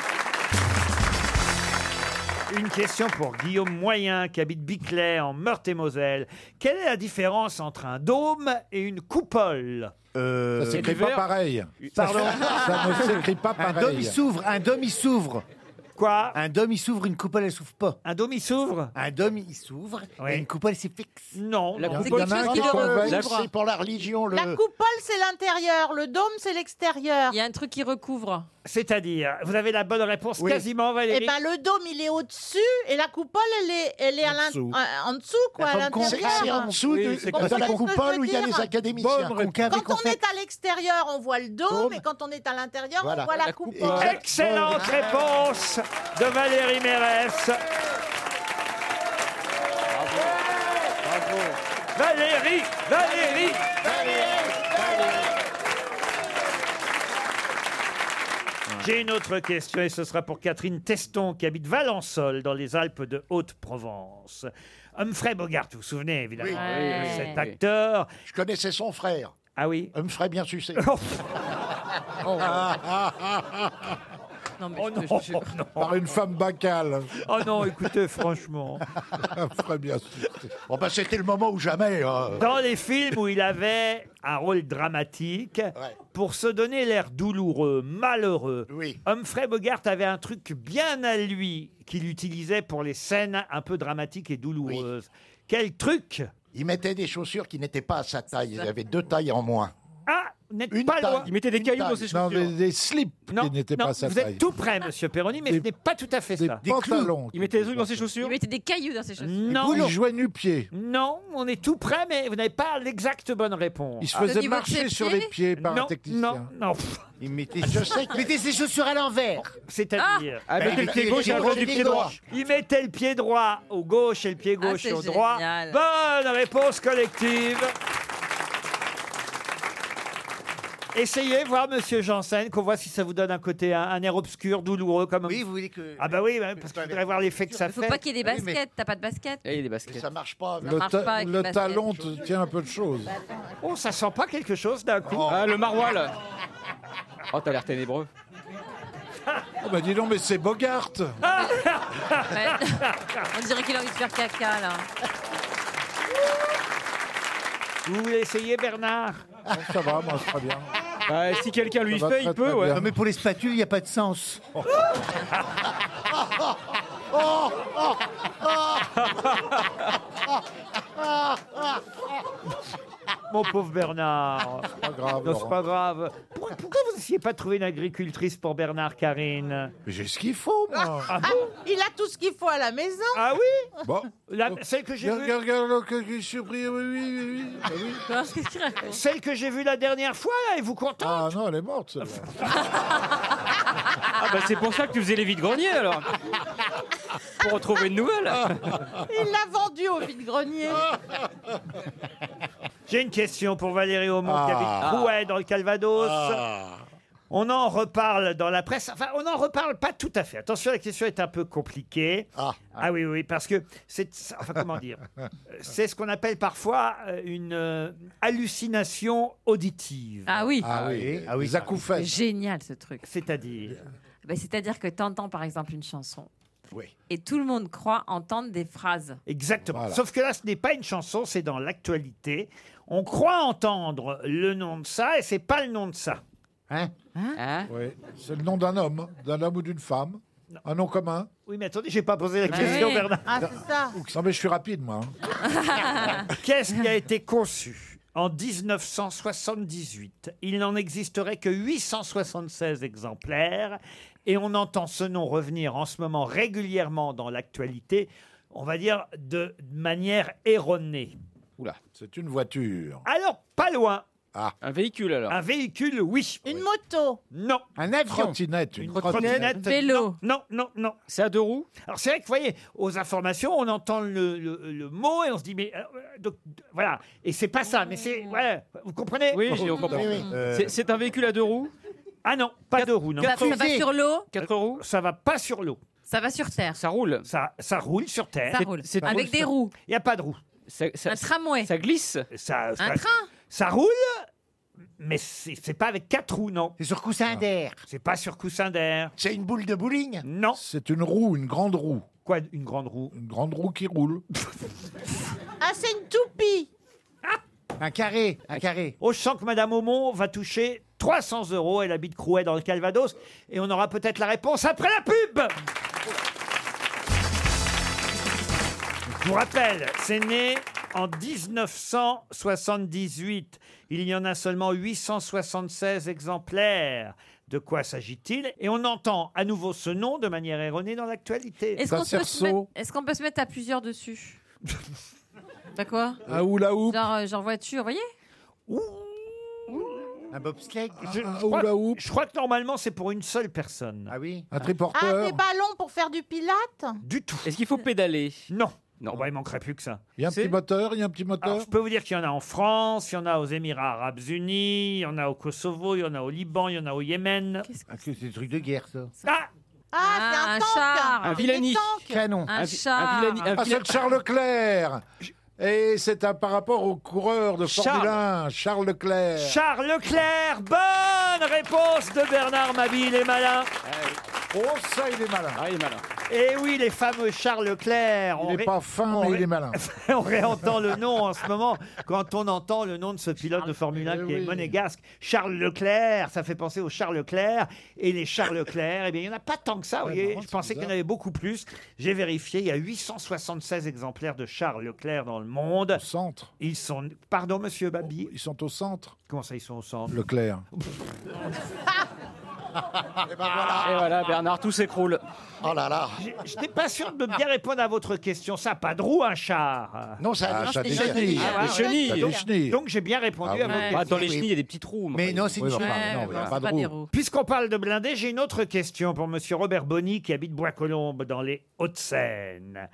Une question pour Guillaume Moyen qui habite Biclay en Meurthe-et-Moselle. Quelle est la différence entre un dôme et une coupole
Ça s'écrit pas pareil.
Pardon
Ça ne s'écrit pas
Un
pareil.
dôme il s'ouvre, un dôme il s'ouvre.
Quoi
Un dôme il s'ouvre, une coupole elle s'ouvre pas.
Un dôme il s'ouvre
Un dôme il s'ouvre, et une coupole c'est fixe.
Non,
la
coupole, Il y en a un qui
c'est pour la religion.
La coupole, c'est l'intérieur, le dôme, c'est l'extérieur.
Il y a un truc qui recouvre.
C'est-à-dire, vous avez la bonne réponse quasiment,
Et
Valérie.
ben le dôme, il est au-dessus et la coupole, elle est, elle est à l'in-
dessous.
à- en dessous, quoi, à l'intérieur.
C'est en dessous
Oui,
de,
c'est
de
comme ça.
la
Comprenez ce que je
coupole
veux
où il y a
dire
les académiques.
Bonne réponse.
Quand on est à l'extérieur, on voit le dôme, et quand on est à l'intérieur,
Voilà.
on voit la, euh,
La
coupole.
coupole.
Excellente réponse de Valérie Mérès. Valérie, Valérie, J'ai une autre question et ce sera pour Catherine Teston qui habite Valençol dans les Alpes de Haute-Provence. Humphrey Bogart, vous vous souvenez évidemment
Oui.
de
Ouais.
cet
Oui.
acteur.
Je connaissais son frère.
Ah oui *laughs*
Humphrey bien sucé.
Non, mais
Oh
je te
non,
jure.
non.
*laughs*
*laughs*
Par une femme bancale.
Oh non, écoutez, franchement.
*laughs* Très bien.
Bon, bah, c'était le moment ou jamais. hein.
Dans les films où il avait un rôle dramatique, pour se donner l'air douloureux, malheureux, Humphrey Bogart avait un truc bien à lui qu'il utilisait pour les scènes un peu dramatiques et douloureuses. Quel truc
Il mettait des chaussures qui n'étaient pas à sa taille. Il avait deux tailles en moins.
Ah, vous n'êtes pas
taille.
loin.
Il mettait des Une cailloux dans taille. ses
Non,
chaussures.
mais des slips qui n'étaient
Non,
pas à sa
vous êtes
taille.
tout près, monsieur Perroni, mais ce n'est pas tout à fait ça.
Des pantalons.
Il mettait des trucs dans ses chaussures
Il mettait des cailloux dans ses chaussures.
Non.
Il jouait nu-pied.
Non, on est tout près, mais vous n'avez pas l'exacte bonne réponse.
Il se
Ah,
faisait Le niveau de marcher ses sur pieds les pieds par un
Non,
technicien.
Non, non.
Il mettait
Je sais que-
Mettez ses chaussures à l'envers.
C'est-à-dire.
Ah, avec le pied gauche et le droit du pied droit.
Il mettait le pied droit au gauche et le pied gauche
c'est
au droit.
génial.
Bonne réponse collective. Essayez voir Monsieur Janssen, qu'on voit si ça vous donne un côté un, un air obscur, douloureux comme. Oui,
vous voulez que.
Ah bah oui, hein, parce que je voudrais voir l'effet que ça
Il faut
fait.
pas qu'il y ait des
Ah
baskets, t'as pas de baskets
Il y a des baskets. Ça
marche pas.
Ça marche pas avec les
le
baskets.
talon te tient un peu de choses.
Oh, ça sent pas quelque chose d'un coup.
Ah, le maroilles Oh, t'as l'air ténébreux.
Oh bah dis donc, mais c'est Bogart
Ouais. *laughs* On dirait qu'il a envie de faire caca, là.
Vous voulez essayer, Bernard
Ah,
Ah,
Ça va, moi, très bien.
si quelqu'un lui
Ça va
fait, il
très,
peut,
très
ouais.
bien.
Non, mais pour les spatules, il n'y a pas de sens.
*laughs*
Oh, oh, oh.
Mon pauvre Bernard. C'est
pas grave.
Non, c'est pas grave. Pour- Pourquoi vous n'essayez pas de trouver une agricultrice pour Bernard, Karine
Mais j'ai ce qu'il faut, moi.
Ah,
Ah, il a tout ce qu'il faut à la maison.
Ah oui
*laughs* Bon.
La- celle que j'ai
Regarde,
vue.
regarde, regarde, que je suis pris, oui, oui, oui, oui. Ah
*laughs*
oui.
Celle que j'ai vue la dernière fois, là, et vous contente
Ah non, elle est morte, celle-là.
*laughs*
Ah, bah c'est pour ça que tu faisais les vides greniers alors. Pour retrouver une nouvelle.
*laughs* Il l'a vendu au vide-grenier.
*laughs* J'ai une question pour Valérie Aumont qui
Ah.
habite Rouet, dans le Calvados.
Ah.
On en reparle dans la presse. Enfin, on n'en reparle pas tout à fait. Attention, la question est un peu compliquée. Ah, oui, oui, oui, parce que c'est. Enfin,
*laughs*
comment dire Euh, C'est ce qu'on appelle parfois euh, une euh, hallucination auditive.
Ah oui.
Ah oui, ah oui, les acouphènes.
Génial, ce truc.
C'est-à-dire
Bah, C'est-à-dire que t'entends, par exemple, une chanson.
Oui.
Et tout le monde croit entendre des phrases.
Exactement.
Voilà.
Sauf que là, ce n'est pas une chanson, c'est dans l'actualité. On croit entendre le nom de ça et c'est pas le nom de ça.
Hein Oui. C'est le nom d'un homme, d'un homme ou d'une femme. Un nom commun
Oui, mais attendez, j'ai pas posé la question, Bernard.
Ah, c'est ça.
Non, mais je suis rapide, moi. hein.
*laughs* Qu'est-ce qui a été conçu en 1978 Il n'en existerait que 876 exemplaires et on entend ce nom revenir en ce moment régulièrement dans l'actualité, on va dire de manière erronée.
Oula. C'est une voiture. Ah.
Alors, pas loin.
Un véhicule alors.
Un véhicule, oui.
Une moto.
Non.
Un avion.
Trottinette. Une
Une trottinette.
Vélo.
Non, non, non. non.
C'est à deux roues
Alors c'est vrai que, vous voyez, aux informations, on entend le, le- le mot et on se dit, mais euh, donc, voilà. Et c'est pas ça, mais c'est. Ouais, vous comprenez
Oh, Oui, Euh, j'ai- on comprend. C'est- C'est un véhicule à deux roues
Ah non, pas de roues, non.
Ça va- ça va sur l'eau,
Quatre roues
Ça va pas sur l'eau.
ça va sur terre.
Ça roule.
Ça, ça roule sur Terre.
Ça roule. Avec des roues.
Il n'y a pas de roues.
Un tramway.
Ça glisse.
Ça, ça-
Un train.
Ça roule, mais c'est c'est pas avec quatre roues, non. C'est sur coussin d'air. C'est pas sur coussin d'air.
C'est une boule de bowling
Non.
C'est une roue, une grande roue.
Quoi, une grande roue
Une grande roue qui roule.
Ah, c'est une toupie.
Un carré, un carré. Au sens que Madame Aumont va toucher 300 euros. Elle habite Crouet dans le Calvados. Et on aura peut-être la réponse après la pub. Je vous rappelle, c'est né en 1978. Il y en a seulement 876 exemplaires. De quoi s'agit-il Et on entend à nouveau ce nom de manière erronée dans l'actualité.
Est-ce qu'on peut, se mettre- est-ce qu'on peut se mettre à plusieurs dessus T'as quoi
Un oula hoop.
Genre, euh, genre voiture, vous voyez
Un bobsleigh.
Ah,
Je, je crois, je crois que normalement c'est pour une seule personne. Ah
oui
Un
Ah,
triporteur.
des ballons pour faire du pilate.
Du tout.
Est-ce qu'il faut pédaler
Non. Non, bah, il manquerait plus que ça.
Il y a un petit moteur, il y a un petit moteur.
Alors, je peux vous dire qu'il y en a en France, il y en a aux Émirats Arabes Unis, il y en a au Kosovo, il y en a au Liban, il y en a au Yémen.
Ah, C'est des trucs de guerre, ça.
Ah,
Ah,
un
c'est un, tank.
char.
Un Villani.
Des tanks.
Canon.
Un
Un vi-
char.
un Villani- un
Ah,
Villa-
c'est le Charles Leclerc. Et c'est un par rapport au coureur de Formule
Charles.
1, Charles Leclerc.
Charles Leclerc, bonne réponse de Bernard Mabille et Malin.
Oh, ça, il est malin.
Ah, il est malin.
Et oui, les fameux Charles Leclerc.
Il n'est pas fin, mais il est malin.
*laughs* on réentend le nom en ce moment quand on entend le nom de ce pilote de Formule
Eh
1 qui est monégasque. Charles Leclerc, ça fait penser au Charles Leclerc. Et les Charles Leclerc, eh bien, il n'y en a pas tant que ça. vous voyez. Je pensais qu'il y en avait beaucoup plus. J'ai vérifié, il y a 876 exemplaires de Charles Leclerc dans le monde. Au
centre
Ils sont... Pardon, monsieur Babi
Ils sont au centre
Comment ça, ils sont au centre *laughs*
Leclerc.
Et voilà, Bernard, tout s'écroule.
ben Oh là là.
J'ai- J'étais pas sûr de bien répondre à votre question. Ça, a pas de roue, un char.
Non, ça a- Ah, ça a des ça a des chenilles. chenilles.
Ah,
Des
ouais.
chenilles. Ça a des
Donc-
chenilles.
Donc j'ai bien répondu
Ah
à
oui.
votre
Ouais.
question.
Ah, dans les chenilles, il y a
des petits trous.
Mais non, c'est une
des
chenille. Ouais, non, c'est pas des roues.
Puisqu'on parle de blindés, j'ai une autre question pour Monsieur Robert Bonny qui habite Bois-Colombes dans les Hauts-de-Seine.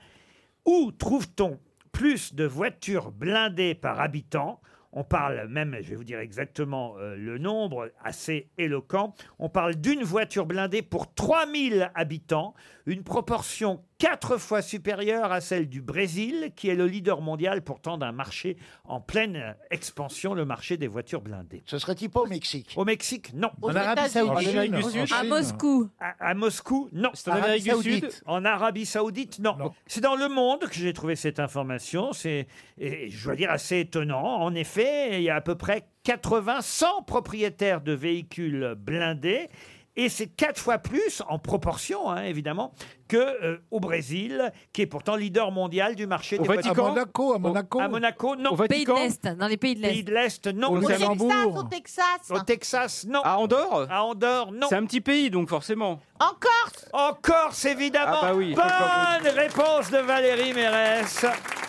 Où trouve-t-on plus de voitures blindées par habitant on parle même, je vais vous dire exactement euh, le nombre, assez éloquent, on parle d'une voiture blindée pour 3000 habitants, une proportion quatre fois supérieure à celle du Brésil, qui est le leader mondial pourtant d'un marché en pleine expansion, le marché des voitures blindées.
Ce serait-il pas au Mexique
Au Mexique, non.
En Arabie Saoudite. En Amérique du Sud. À Moscou.
À, à Moscou, non.
C'est en Arabie Arabie Saoudite.
Saoudite. En Arabie Saoudite, non. C'est dans Le Monde que j'ai trouvé cette information. C'est, et je dois dire, assez étonnant. En effet, il y a à peu près 80, 100 propriétaires de véhicules blindés. Et c'est quatre fois plus, en proportion, hein, évidemment, que euh, au Brésil, qui est pourtant leader mondial du marché
Au
des
Vatican.
voitures.
À Monaco, à Monaco.
À Monaco, non.
Au Vatican. Pays de l'Est,
dans les pays de l'Est. Pays de l'Est, non.
Au Au Texas, Luxembourg.
Au Texas.
Au Texas, non.
À Andorre
À Andorre, non.
C'est un petit pays, donc forcément.
En Corse.
En Corse, évidemment.
Ah bah oui.
Bonne réponse de Valérie Mérès.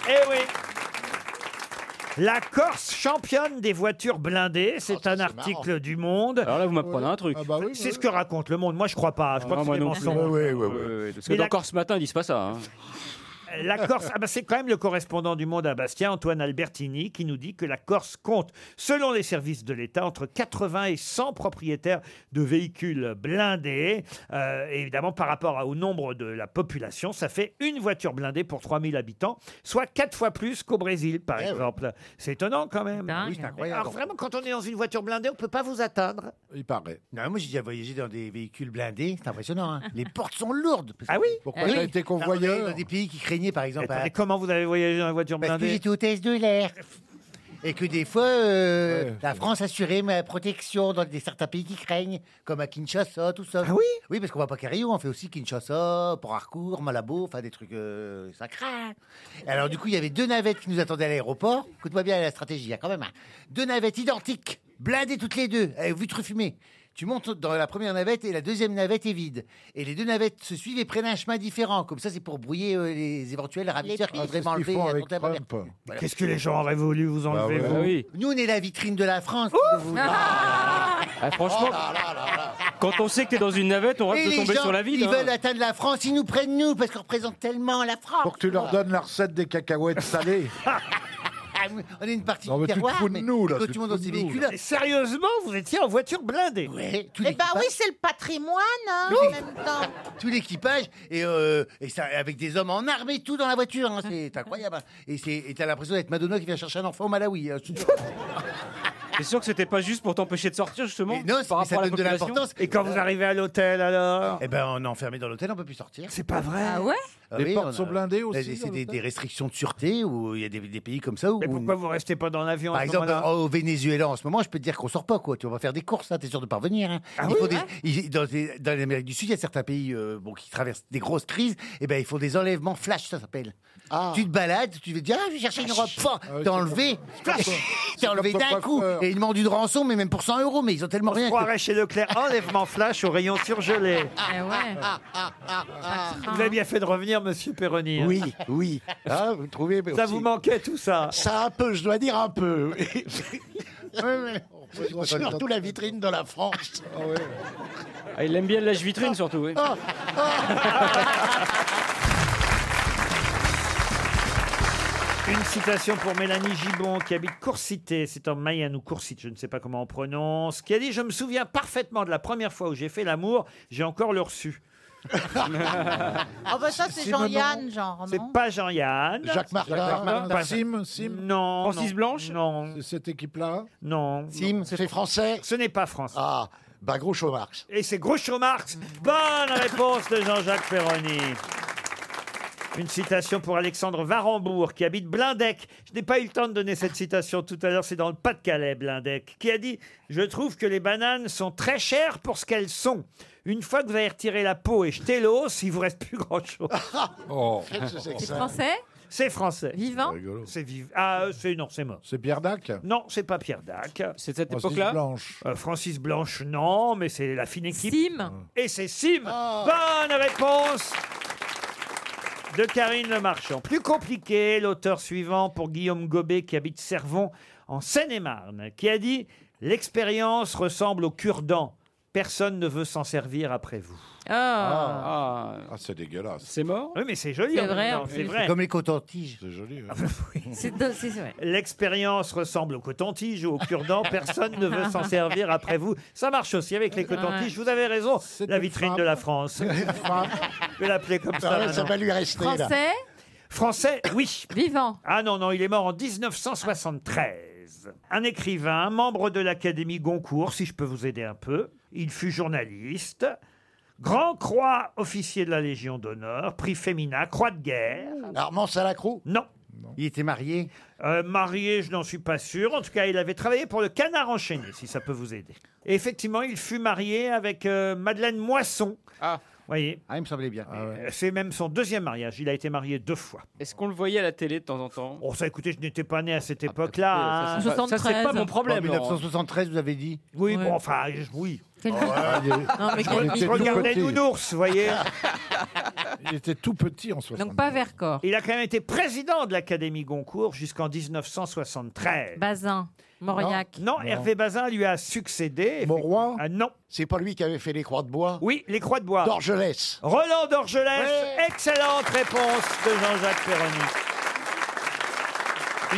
Eh oui. La Corse championne des voitures blindées, c'est un article du Monde.
Alors là, vous m'apprenez un truc. Ah,
c'est ce que raconte le Monde. Moi, je crois pas. Je crois que c'est des mensonges.
Parce que
Mais
dans
la-
Corse ce matin, ils disent pas ça. hein.
La Corse, ah bah c'est quand même le correspondant du Monde à Bastia, Antoine Albertini, qui nous dit que la Corse compte, selon les services de l'État, entre 80 et 100 propriétaires de véhicules blindés. Euh, et évidemment, par rapport à- au nombre de la population, ça fait une voiture blindée pour 3000 habitants, soit quatre fois plus qu'au Brésil, par exemple. C'est étonnant quand même.
Dingue. Oui, c'est incroyable.
Eh Alors vraiment, quand on est dans une voiture blindée, on ne peut pas vous atteindre.
Il paraît.
Non, moi j'ai déjà voyagé dans des véhicules blindés, c'est impressionnant. hein. Les portes sont lourdes.
Ah oui
Pourquoi t'as été convoyeur
Dans des pays qui craignaient par exemple. à-
Attendez, comment vous avez voyagé dans la voiture
Parce que
blindée
j'étais hôtesse de l'air. Et que des fois, euh, la France assurait ma protection dans des, certains pays qui craignent, comme à Kinshasa, tout ça. Ah oui Oui, parce qu'on va pas qu'à Rio, on fait aussi Kinshasa, Port Harcourt, Malabo, enfin des trucs euh, sacrés. Alors du coup, il y avait deux navettes qui nous attendaient à l'aéroport. Écoute-moi bien la stratégie, hein, quand même. hein. Deux navettes identiques, blindées toutes les deux, avec vitre fumée. Tu montes dans la première navette et la deuxième navette est vide. Et les deux navettes se suivent et prennent un chemin différent. Comme ça, c'est pour brouiller euh, les éventuels ravisseurs qui
pistes.
voudraient
C'est ce
m'enlever.
qu'ils font
et
avec
attenter à ma mère.
Trump.
Voilà.
Qu'est-ce que les gens auraient voulu vous enlever
ouais.
vous
Bah
Ah
oui.
Nous, on est la vitrine de la France. vous voulez.
Ah, franchement,
Oh
quand on sait que t'es dans une navette, on rêve
Et
de
les
tomber
gens,
sur la ville.
Ils
hein.
veulent atteindre la France, ils nous prennent nous parce qu'on représente tellement la France.
Pour que tu leur donnes la recette des cacahuètes salées.
*laughs*
Ah, On est une partie
Non,
du
mais tu te
terroir,
fous de
mais
nous, là,
quand
tu
tu
te
montes dans
fous
ces
de nous,
véhicules,
Et Sérieusement, vous étiez en voiture blindée
ouais, tout
Eh ben
l'équipage-
oui, c'est le patrimoine hein, en même temps.
tout l'équipage et, euh, et ça, avec des hommes en armes et tout dans la voiture, hein, c'est incroyable. hein. Et c'est- et t'as l'impression d'être Madonna qui vient chercher un enfant au Malawi. hein, je te jure.
T'es sûr que c'était pas juste pour t'empêcher de sortir, justement
Mais non, c'est- mais ça donne de
population
l'importance.
Et quand vous arrivez à l'hôtel, alors
Eh ben, on est enfermé dans l'hôtel, on peut plus sortir.
C'est pas vrai.
Ah ouais
Ah
Les
oui,
portes
on a-
sont blindées aussi
C'est-
dans
C'est des,
l'hôtel
des restrictions de sûreté où il y a des, des pays comme ça où.
Mais pourquoi vous restez pas dans l'avion
Par
à ce
exemple, oh,
moment-là
au Venezuela, en ce moment, je peux te dire qu'on sort pas, quoi. Tu vas faire des courses, hein, t'es sûr de parvenir. Hein.
Ah
Ils
oui,
font des-
ouais.
ils- dans, les- dans l'Amérique du Sud, il y a certains pays euh, bon, qui traversent des grosses crises, et ben ils font des enlèvements flash, ça s'appelle. Tu te balades, tu vas dire, ah, je vais chercher une robe, fin,
oui,
t'es
c'est
enlevé,
comme-
*laughs*
c'est
t'es
comme
enlevé
ton
d'un coup,
coiffeur.
et ils demandent une rançon, mais même pour 100 euros, mais ils ont tellement rien. que-
Croirait chez Leclerc, enlèvement flash au rayon surgelé.
Ah,
Eh ouais. Ah.
Vous avez bien fait de revenir, monsieur Perroni.
Oui, oui. Hein, vous trouvez mais
Ça
aussi-
vous manquait tout ça
Ça un peu, je dois dire un peu.
*laughs*
oui. *laughs* Surtout la vitrine de la France. Ah,
Ah, il aime bien la vitrine, surtout. oui.
Ah.
Une citation pour Mélanie Gibon qui habite Courcité, c'est en Mayenne ou Courcite, je ne sais pas comment on prononce, qui a dit Je me souviens parfaitement de la première fois où j'ai fait l'amour, j'ai encore
*laughs*
le reçu.
Ah bah ça, c'est
Simonon.
Jean-Yann, genre,
C'est
non
pas Jean-Yann.
Jacques Martin.
Pas-
Sim, Sim.
Non.
Francis
non,
Blanche
Non.
C'est cette équipe-là
Non.
Sim, c'est français.
Ce n'est pas français.
Ah, Bah, Groucho Marx.
Et c'est Groucho Marx. Bonne réponse de Jean-Jacques Ferroni. Une citation pour Alexandre Varembourg, qui habite Blindec. Je n'ai pas eu le temps de donner cette citation tout à l'heure, c'est dans le Pas-de-Calais, Blindec, qui a dit « Je trouve que les bananes sont très chères pour ce qu'elles sont. Une fois que vous avez retiré la peau et jeté l'os, il vous reste
*laughs*
plus grand-chose.
Oh. C'est français
C'est français.
Vivant
C'est vivant. Ah, euh, c'est non, c'est mort. C'est Pierre Dac Non, c'est pas Pierre Dac. C'est cette
Francis époque-là Blanche.
Francis Blanche, non, mais c'est la fine équipe.
Sim
Et c'est Sim.
Ah.
Bonne réponse de Karine Le Marchand. Plus compliqué, l'auteur suivant pour Guillaume Gobet qui habite Cervon en Seine-et-Marne, qui a dit L'expérience ressemble au cure-dent. Personne ne veut s'en servir après vous.
Ah.
Ah, c'est dégueulasse.
C'est mort Oui, mais c'est joli.
C'est
en même
vrai,
temps,
en
C'est
plus.
vrai.
Comme les
cotons-tiges.
C'est joli. ouais.
L'expérience ressemble au coton-tige ou au cure-dent. Personne ne veut s'en servir après vous. Ça marche aussi avec les cotons-tiges. Vous avez raison. La vitrine de la France. Je vais l'appeler comme
Ah
ça.
ouais, ça
maintenant.
va lui rester, là. Français
Français, oui.
Vivant.
Ah non, non, il est mort en 1973. Un écrivain, membre de l'Académie Goncourt, si je peux vous aider un peu. Il fut journaliste. Grand Croix, officier de la Légion d'honneur, prix féminin, croix de guerre.
Armand Salacrou
Non. Euh,
Il était marié
Marié, je n'en suis pas sûr. En tout cas, il avait travaillé pour le Canard Enchaîné, si ça peut vous aider. Et effectivement, il fut marié avec euh, Madeleine Moisson. Ah. Voyez. Euh,
Ah, il me semblait bien.
C'est même son deuxième mariage. Il a été marié deux fois.
Est-ce qu'on le voyait à la télé de temps en temps Ah,
Bon, ça, écoutez, je n'étais pas né à cette
Ah,
époque-là.
ça,
hein.
c'est pas- ça, c'est 73. pas mon problème,
En 1973, vous avez dit
Oui, bon, enfin, je- oui.
Quel-
Oh, ouais,
Ah, il est-
Non, mais
il
quel-
était
Je
tout
regardais
petit.
Nounours, vous voyez.
Il était tout petit en 60.
Pas Vercors.
Il a quand même été président de l'Académie Goncourt jusqu'en 1973.
Bazin. Mauriac.
Non, non, Hervé Bazin lui a succédé.
Mauroy
Ah non.
C'est pas lui qui avait fait les croix de bois
Oui, les croix de bois.
D'Orgelès.
Roland d'Orgelès, excellente réponse de Jean-Jacques Perroni.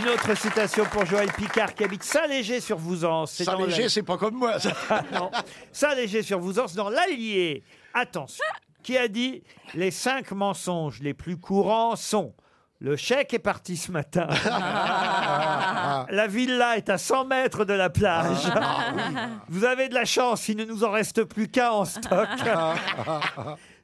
Une autre citation pour Joël Picard qui habite Saint-Léger sur Vouzance.
Saint-Léger, c'est pas comme
*laughs*
moi. ça.
Ah, non. Saint-Léger sur Vouzance dans l'Allier. Attention. Qui a dit les cinq mensonges les plus courants sont le chèque est parti ce matin.
Ah,
la villa est à 100 mètres de la plage.
Ah,
Vous avez de la chance, il ne nous en reste plus qu'un en stock.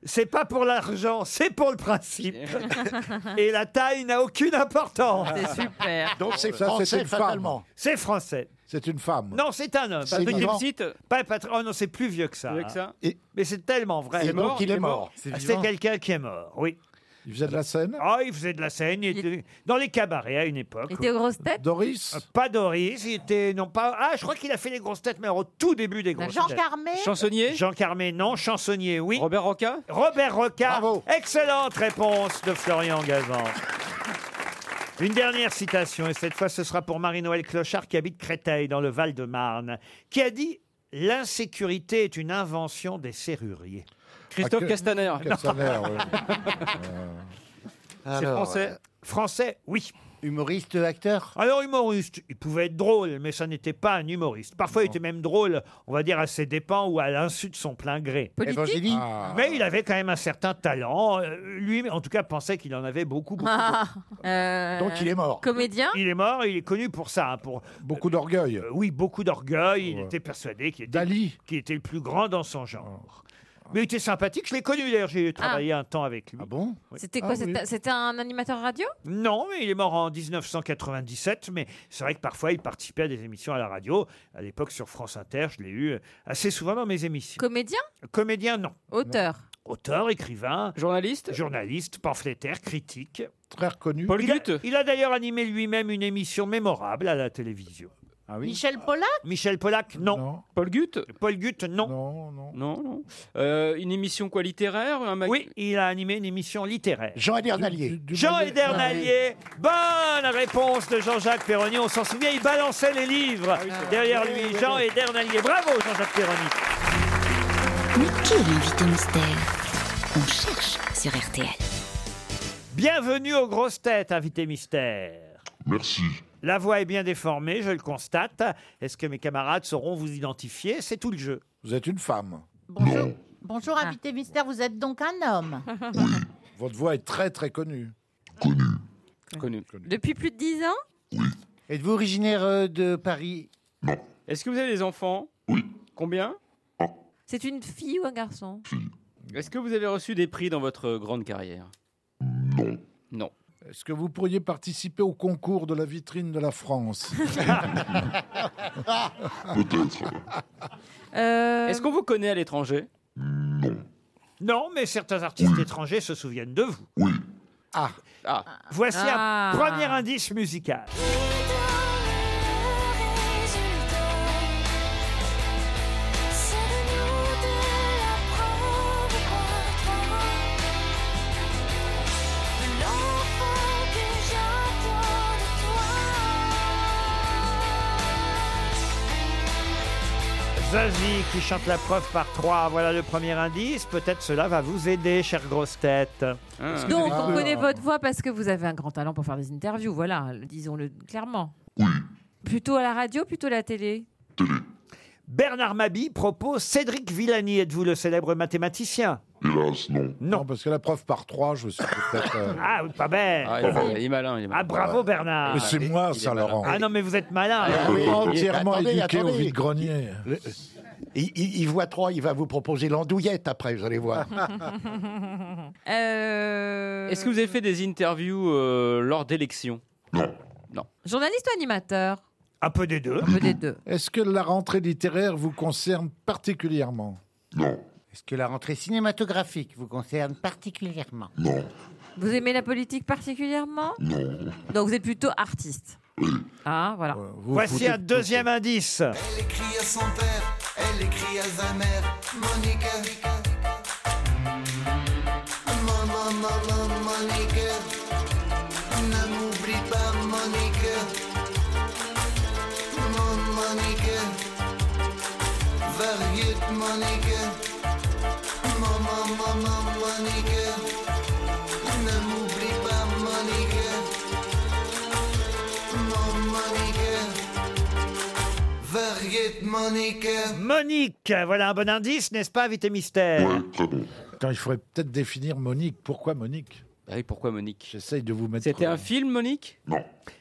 C'est pas pour l'argent, c'est pour le principe.
*laughs*
*laughs* Et la taille n'a aucune importance.
C'est super.
Donc c'est
Ça, c'est
français
une femme.
fatalement.
C'est français.
C'est une femme.
Non, c'est un homme.
C'est Patrick vivant. Dempsey
Pas Patrick- Oh non, c'est plus vieux que ça.
Vieux que ça.
hein. Mais c'est tellement vrai.
Et donc, mort, il est il est mort. mort. C'est
Ah,
vivant.
C'est quelqu'un qui est mort, oui.
Il faisait de la scène
Ah, il faisait de la scène. il était dans les cabarets à une époque.
Il était aux grosses têtes
Doris
Euh, Pas Doris, il était non pas. Ah, je crois qu'il a fait les grosses têtes, mais au tout début des grosses
Jean
têtes.
Carmé
Chansonnier Jean Carmé, non. Chansonnier, oui.
Robert Roca
Robert Roca. Excellente réponse de Florian Gazan. Une dernière citation, et cette fois ce sera pour Marie-Noël Clochard qui habite Créteil dans le Val-de-Marne, qui a dit L'insécurité est une invention des serruriers.
Christophe Ah, que- Castaner. Castaner, oui.
C'est
Alors,
français.
euh,
Français, oui.
Humoriste, acteur
Alors, humoriste, il pouvait être drôle, mais ça n'était pas un humoriste. Parfois, il était même drôle, on va dire, à ses dépens ou à l'insu de son plein gré.
Politique Évangélie
Ah.
Mais il avait quand même un certain talent. Euh, Lui, en tout cas, pensait qu'il en avait beaucoup, beaucoup.
Ah.
*laughs*
Euh,
Donc, il est mort. Ah
Comédien
Il est mort, il est connu pour ça. hein, Pour... Beaucoup d'orgueil. oui, beaucoup d'orgueil. Il était persuadé qu'il était, qu'il était le plus grand dans son genre. Mais il était sympathique. Je l'ai connu d'ailleurs, j'ai travaillé un temps avec lui. Ah bon
Ah. C'était quoi C'était c'était un animateur radio
Non, mais il est mort en 1997, mais c'est vrai que parfois il participait à des émissions à la radio. À l'époque, sur France Inter, je l'ai eu euh, assez souvent dans mes émissions.
Comédien
Comédien, non.
Auteur
Auteur, écrivain.
Journaliste
Journaliste, pamphlétaire, critique.
Très reconnu.
Paul
il, a,
Gutte
il a d'ailleurs animé lui-même une émission mémorable à la télévision.
Michel Pollack
Michel Pollack, non.
Paul Gutt
Paul Gutt, non.
Non, non.
Non, non. Euh, une émission quoi littéraire un mag-
Oui, il a animé une émission littéraire.
Jean Edernalier.
Jean Edernalier, bonne réponse de Jean-Jacques Perroni. On s'en souvient, il balançait les livres derrière lui. Jean Edernalier, bravo Jean-Jacques Perroni.
Mais qui est l'invité mystère On cherche sur RTL.
Bienvenue aux grosses têtes, invité mystère.
Merci.
La voix est bien déformée, je le constate. Est-ce que mes camarades sauront vous identifier C'est tout le jeu.
Vous êtes une femme.
Bonjour,
Ah.
invité mystère, vous êtes donc un homme.
Votre voix est très très connue.
Connu.
*laughs* Depuis plus de 10 ans
Êtes-vous originaire euh, de Paris
Est-ce que vous avez des enfants Oui. Combien
C'est une fille ou un garçon
Est-ce que vous avez reçu des prix dans votre grande carrière Non.
Est-ce que vous pourriez participer au concours de la vitrine de
*laughs*
la France
Est-ce qu'on vous connaît à l'étranger
Non, mais certains artistes étrangers se souviennent de vous. Oui. Ah. Voici
Ah.
un premier indice musical. Zazie qui chante la preuve par trois. Voilà le premier indice. Peut-être cela va vous aider, chère grosse tête.
Ah.
Donc, on connaît votre voix parce que vous avez un grand talent pour faire des interviews, voilà, disons-le clairement. Plutôt à la radio, plutôt à la
*laughs*
télé
Bernard Mabi propose Cédric Villani. Êtes-vous le célèbre mathématicien
Hélas, non. Non, parce que la preuve par trois, je suis peut-être. euh,
Ah, pas bête.
Ah, il est malin, il est malin, il est malin.
Ah, bravo Bernard.
Mais c'est moi, ça, Laurent.
Ah non, mais vous êtes malin.
Ah oui. Entièrement éduqué au
vide-grenier. Il, il- il voit trois, il va vous proposer l'andouillette après, vous allez voir.
Euh,
Est-ce que vous avez fait des interviews euh, lors d'élections
Journaliste ou animateur
Un peu des deux.
Un peu des deux.
Est-ce que la rentrée littéraire vous concerne particulièrement
Est-ce que la rentrée cinématographique vous concerne particulièrement
Vous aimez la politique particulièrement
Non.
Donc, vous êtes plutôt artiste Ah, voilà.
Euh,
Voici un deuxième indice.
Elle écrit à son père, elle écrit à sa mère, Monica. Maman, maman, Monica. Ne m'oublie pas, Monica. Mon Monica. Vergeet Monica. Maman, maman, Monica. Ne m'oublie pas, Monica. Mon Monica. Vergeet Monica.
Monique, voilà un bon indice, n'est-ce pas, Vité Mystère
Attends, il faudrait peut-être définir Monique. Pourquoi Monique
Bah Pourquoi Monique
J'essaye de vous mettre.
C'était un film, Monique
Non.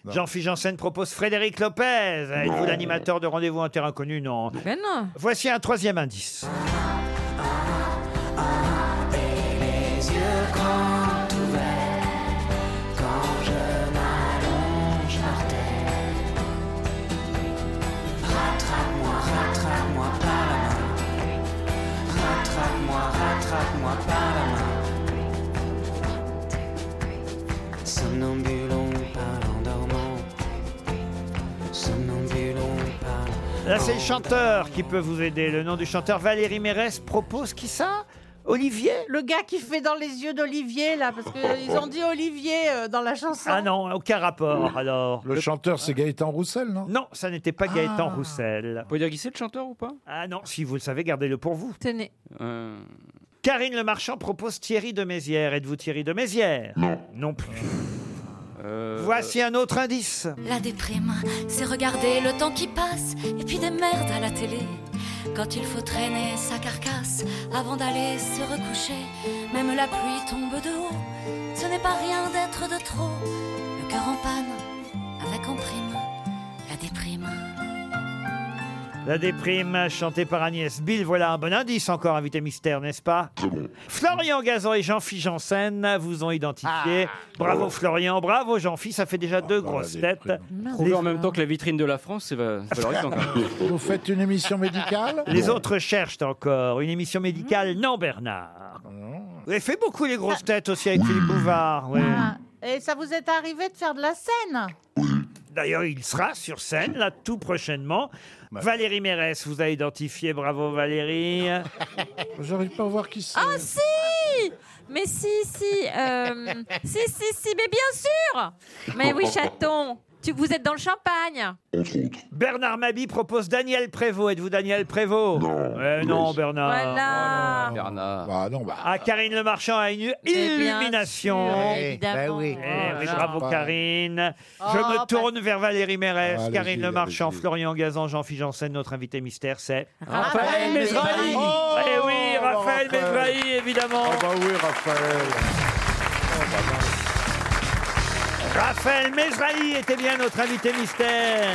Jean-Philippe Janssen propose Frédéric Lopez. Êtes-vous l'animateur de Rendez-vous en terrain connu Non.
Ben non.
Voici un troisième indice.
Et mes yeux grands ouverts quand je m'allonge par terre. Rattrape-moi, rattrape-moi par la main. Rattrape-moi, rattrape-moi par la main. Somnambulant par l'endormant. Somnambulant par
Là, c'est le chanteur qui peut vous aider. Le nom du chanteur, Valérie Mérès, propose qui ça Olivier
Le gars qui fait dans les yeux d'Olivier, là, parce qu'ils ont dit Olivier euh, dans la chanson.
Ah non, aucun rapport alors.
Le chanteur, c'est Gaëtan Roussel, non
Non, ça n'était pas Gaëtan Roussel.
Ah. Vous pouvez dire qui c'est le chanteur ou pas Euh.
Ah non, si vous le savez, gardez-le pour vous.
Tenez.
Karine Le Marchand propose Thierry de Mézières. Êtes-vous Thierry de Mézières Non. Non plus.
Euh.
Voici un autre indice.
La déprime, c'est regarder le temps qui passe et puis des merdes à la télé. Quand il faut traîner sa carcasse avant d'aller se recoucher, même la pluie tombe de haut. Ce n'est pas rien d'être de trop. Le cœur en panne, avec en prime, la déprime.
La déprime, chantée par Agnès Bill. Voilà un bon indice encore, invité mystère, n'est-ce pas Très bon. Florian Gazan et Jean-Philippe Janssen vous ont identifié.
Oh.
Bravo Florian, bravo Jean-Philippe, ça fait
Ah,
déjà
bah,
deux grosses têtes.
Trouvé en même temps que la vitrine de la France, c'est va- c'est valorisant quand même.
Vous faites une émission médicale
Les autres cherchent encore une émission médicale.
Mmh.
Non, Bernard.
Oh.
Vous avez fait beaucoup les grosses têtes aussi avec Philippe Bouvard. ouais.
Et ça vous est arrivé de faire de la scène
D'ailleurs, il sera sur scène là tout prochainement.
Bah.
Valérie Mérès vous a identifié. Bravo Valérie.
*laughs* J'arrive pas à voir qui c'est.
Ah si Mais si, si, euh, *laughs* si, si, si, mais bien sûr Mais oui, chaton, tu, vous êtes dans le champagne.
Bernard Mabi propose Daniel Prévost. Êtes-vous Daniel Prévost Non. non, Bernard.
Voilà.
Bernard.
Bah non, bah.
Ah, Karine Le Marchand a une illumination.
Eh sûr, Eh, évidemment. bah oui.
Eh,
Voilà.
oui, bravo
Sympa.
Karine. Je
Oh,
me
pas-
tourne vers Valérie Mérès,
Ah, Allez-y,
Karine Le Marchand,
allez-y.
Florian Gazan, Jean-Philippe Janssen, notre invité mystère, c'est
Raphaël Mesrahi.
Oh, eh oui, Raphaël Mesrahi, évidemment.
Oh, Ah bah oui, Raphaël.
Raphaël Mesrahi était bien notre invité mystère.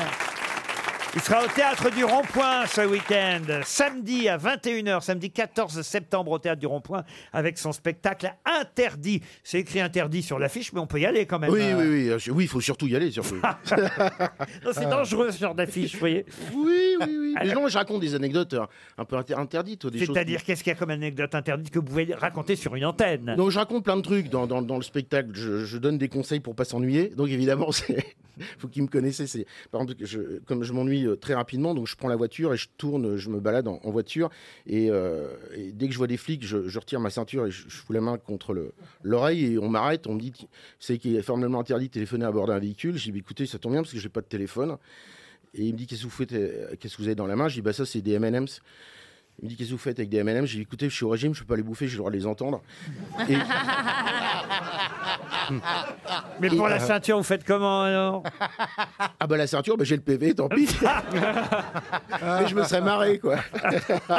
Il sera au théâtre du Rond-Point ce week-end, samedi à 21h, samedi 14 septembre au théâtre du Rond-Point, avec son spectacle Interdit. C'est écrit interdit sur l'affiche, mais on peut y aller quand même.
Oui,
Euh,
oui, oui, euh, je- oui, il faut surtout y aller, surtout.
*laughs* non, C'est dangereux ce genre d'affiche, vous voyez.
oui, oui, oui. Mais non, je raconte des anecdotes euh, un peu inter- interdites. des choses qui-
C'est-à-dire, qu'est-ce qu'il y a comme anecdote interdite que vous pouvez raconter sur une antenne
Donc je raconte plein de trucs dans, dans- dans le spectacle. Je, je donne des conseils pour pas s'ennuyer. Donc évidemment, *laughs* c'est vous qui me connaissez, c'est par exemple je- comme je m'ennuie euh, très rapidement, donc je prends la voiture et je tourne, je me balade en, en voiture et, euh, et dès que je vois des flics, je, je retire ma ceinture et je, je fous la main contre le- l'oreille et on m'arrête. On me dit c'est qu'il est formellement interdit de téléphoner à bord d'un véhicule. J'ai dit écoutez, ça tombe bien parce que j'ai pas de téléphone. Et il me dit qu'est-ce que vous faites, euh, qu'est-ce que vous avez dans la main Je dis bah ça c'est des M&M's. Il me dit qu'est-ce que vous faites avec des M&M's J'ai dit écoutez, je suis au régime, je peux pas les bouffer, j'ai le droit de les entendre. Et-
*laughs* Mais pour la
ceinture
ceinture, vous faites comment alors
euh, *laughs* Ah bah la ceinture, bah j'ai le PV, tant pis. Mais je me serais marré, quoi.
*laughs*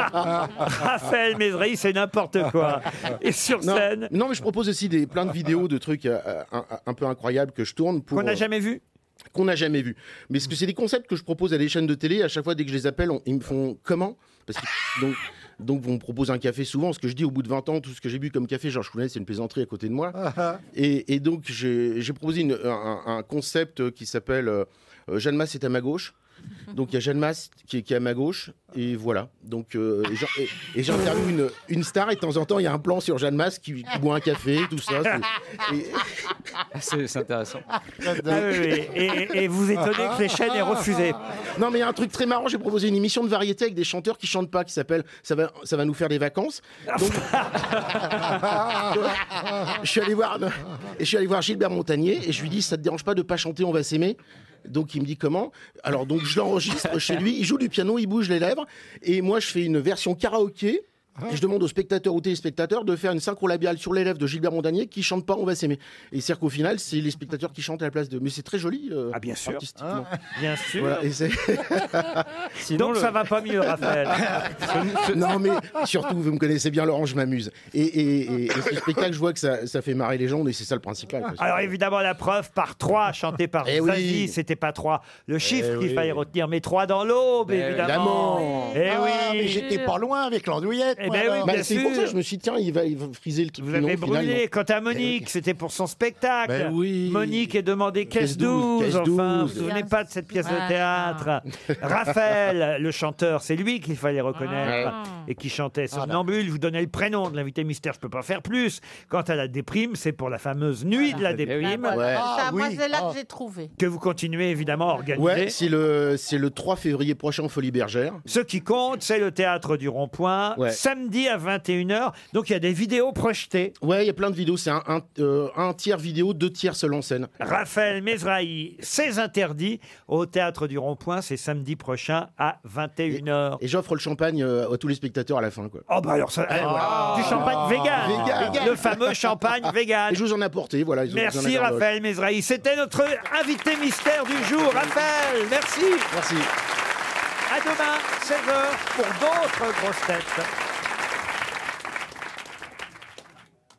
Raphaël Mézery, c'est n'importe *laughs* quoi. Et sur
Non,
scène,
Non, mais je propose aussi des, plein de vidéos de trucs euh, euh, un, un peu incroyables que je tourne. pour
Qu'on n'a
euh,
jamais vu
Qu'on n'a jamais vu. Mais parce que c'est des concepts que je propose à des chaînes de télé. À chaque fois, dès que je les appelle, on- ils me font comment Parce que, donc, donc, on me propose un café souvent. Ce que je dis au bout de 20 ans, tout ce que j'ai bu comme café, Georges Clooney, c'est une plaisanterie à côté de moi.
Ah
et, et donc, j'ai j'ai proposé une- un, un concept qui s'appelle euh, euh, Jeanne Masse est à ma gauche. Donc il y a Jeanne Masse qui est, qui est à ma gauche et voilà. Donc euh, et j'en- et- et j'interviewe une, une star et de temps en temps il y a un plan sur Jeanne Masse qui, qui boit un café, tout ça. c'est- et-
C'est intéressant.
Ah oui, oui. Et- et vous étonnez que les chaînes aient refusé.
Non, mais il y a un truc très marrant. J'ai proposé une émission de variété avec des chanteurs qui chantent pas, qui s'appelle ça va, ça va nous faire des vacances.
Ah
Donc, je suis allé voir, et je suis allé voir Gilbert Montagnier et je lui dis ça te dérange pas de pas chanter, on va s'aimer. Donc il me dit comment Alors donc je l'enregistre chez lui, il joue du piano, il bouge les lèvres et moi je fais une version karaoké. Et je demande aux spectateurs ou téléspectateurs de faire une synchro labiale sur l'élève de Gilbert Montagnier qui chante pas On va s'aimer. Et c'est-à-dire qu'au final, c'est les spectateurs qui chantent à la place de. Mais c'est très joli. ah, bien
sûr.
Artistiquement.
bien sûr.
Voilà, et *laughs* c'est-
Donc ça va pas mieux, Raphaël.
*laughs* non, mais surtout, vous me connaissez bien, Laurent, je m'amuse. Et, et- et- et ce spectacle, je vois que ça, ça fait marrer les gens, et c'est ça le principal. quoi.
Alors évidemment la preuve par trois chanté par
*laughs* Eh
Zazie,
oui. Eh
c'était pas trois le chiffre qu'il
oui.
fallait retenir mais trois dans l'aube
Mais
évidemment.
évidemment.
Eh
Ah,
oui.
mais j'étais pas
loin avec l'andouillette. Eh
Voilà.
ben oui,
Bah,
bien
c'est pour
sûr.
ça que je me suis dit, tiens, il va, il va friser le truc.
Vous avez brûlé. Quant à Monique, c'était pour son spectacle.
Ben oui.
Monique est demandée caisse
Caisse 12,
12.
caisse
Enfin, vous vous
12.
souvenez pas de cette pièce de
Ah,
Voilà. *laughs*
théâtre. Raphaël, le chanteur, c'est lui qu'il fallait reconnaître
Ah.
et qui chantait Somnambule. Je vous donnais le prénom de l'invité mystère. Je peux pas faire plus. Quant à la déprime, c'est pour la fameuse nuit
Ah, ben
de la déprime.
Ah,
Ah
Ça, Moi, c'est là que j'ai trouvé.
Que vous continuez évidemment à organiser.
Ouais, c'est le, c'est le 3 février prochain, Folie Bergère.
Ce qui compte, c'est le théâtre du Rond-Point,
Ouais.
samedi à 21h. Donc il y a des vidéos projetées.
Ouais, il y a plein de vidéos. C'est un, un, euh, un tiers vidéo, deux tiers seul en scène.
Raphaël Mesrahi, c'est interdit au théâtre du Rond-Point, c'est samedi prochain à 21h.
Et j'offre le champagne euh, à tous les spectateurs à la fin. Quoi. Eh, Ah,
Oh bah alors ça, du champagne vegan, le fameux champagne vegan.
Et je vous en ai apporté, voilà. ils ont- ils en
Merci
avaient un lot.
Raphaël Mesrahi, c'était notre invité mystère du jour. Raphaël, merci.
Merci.
À demain, 16h pour d'autres grosses têtes.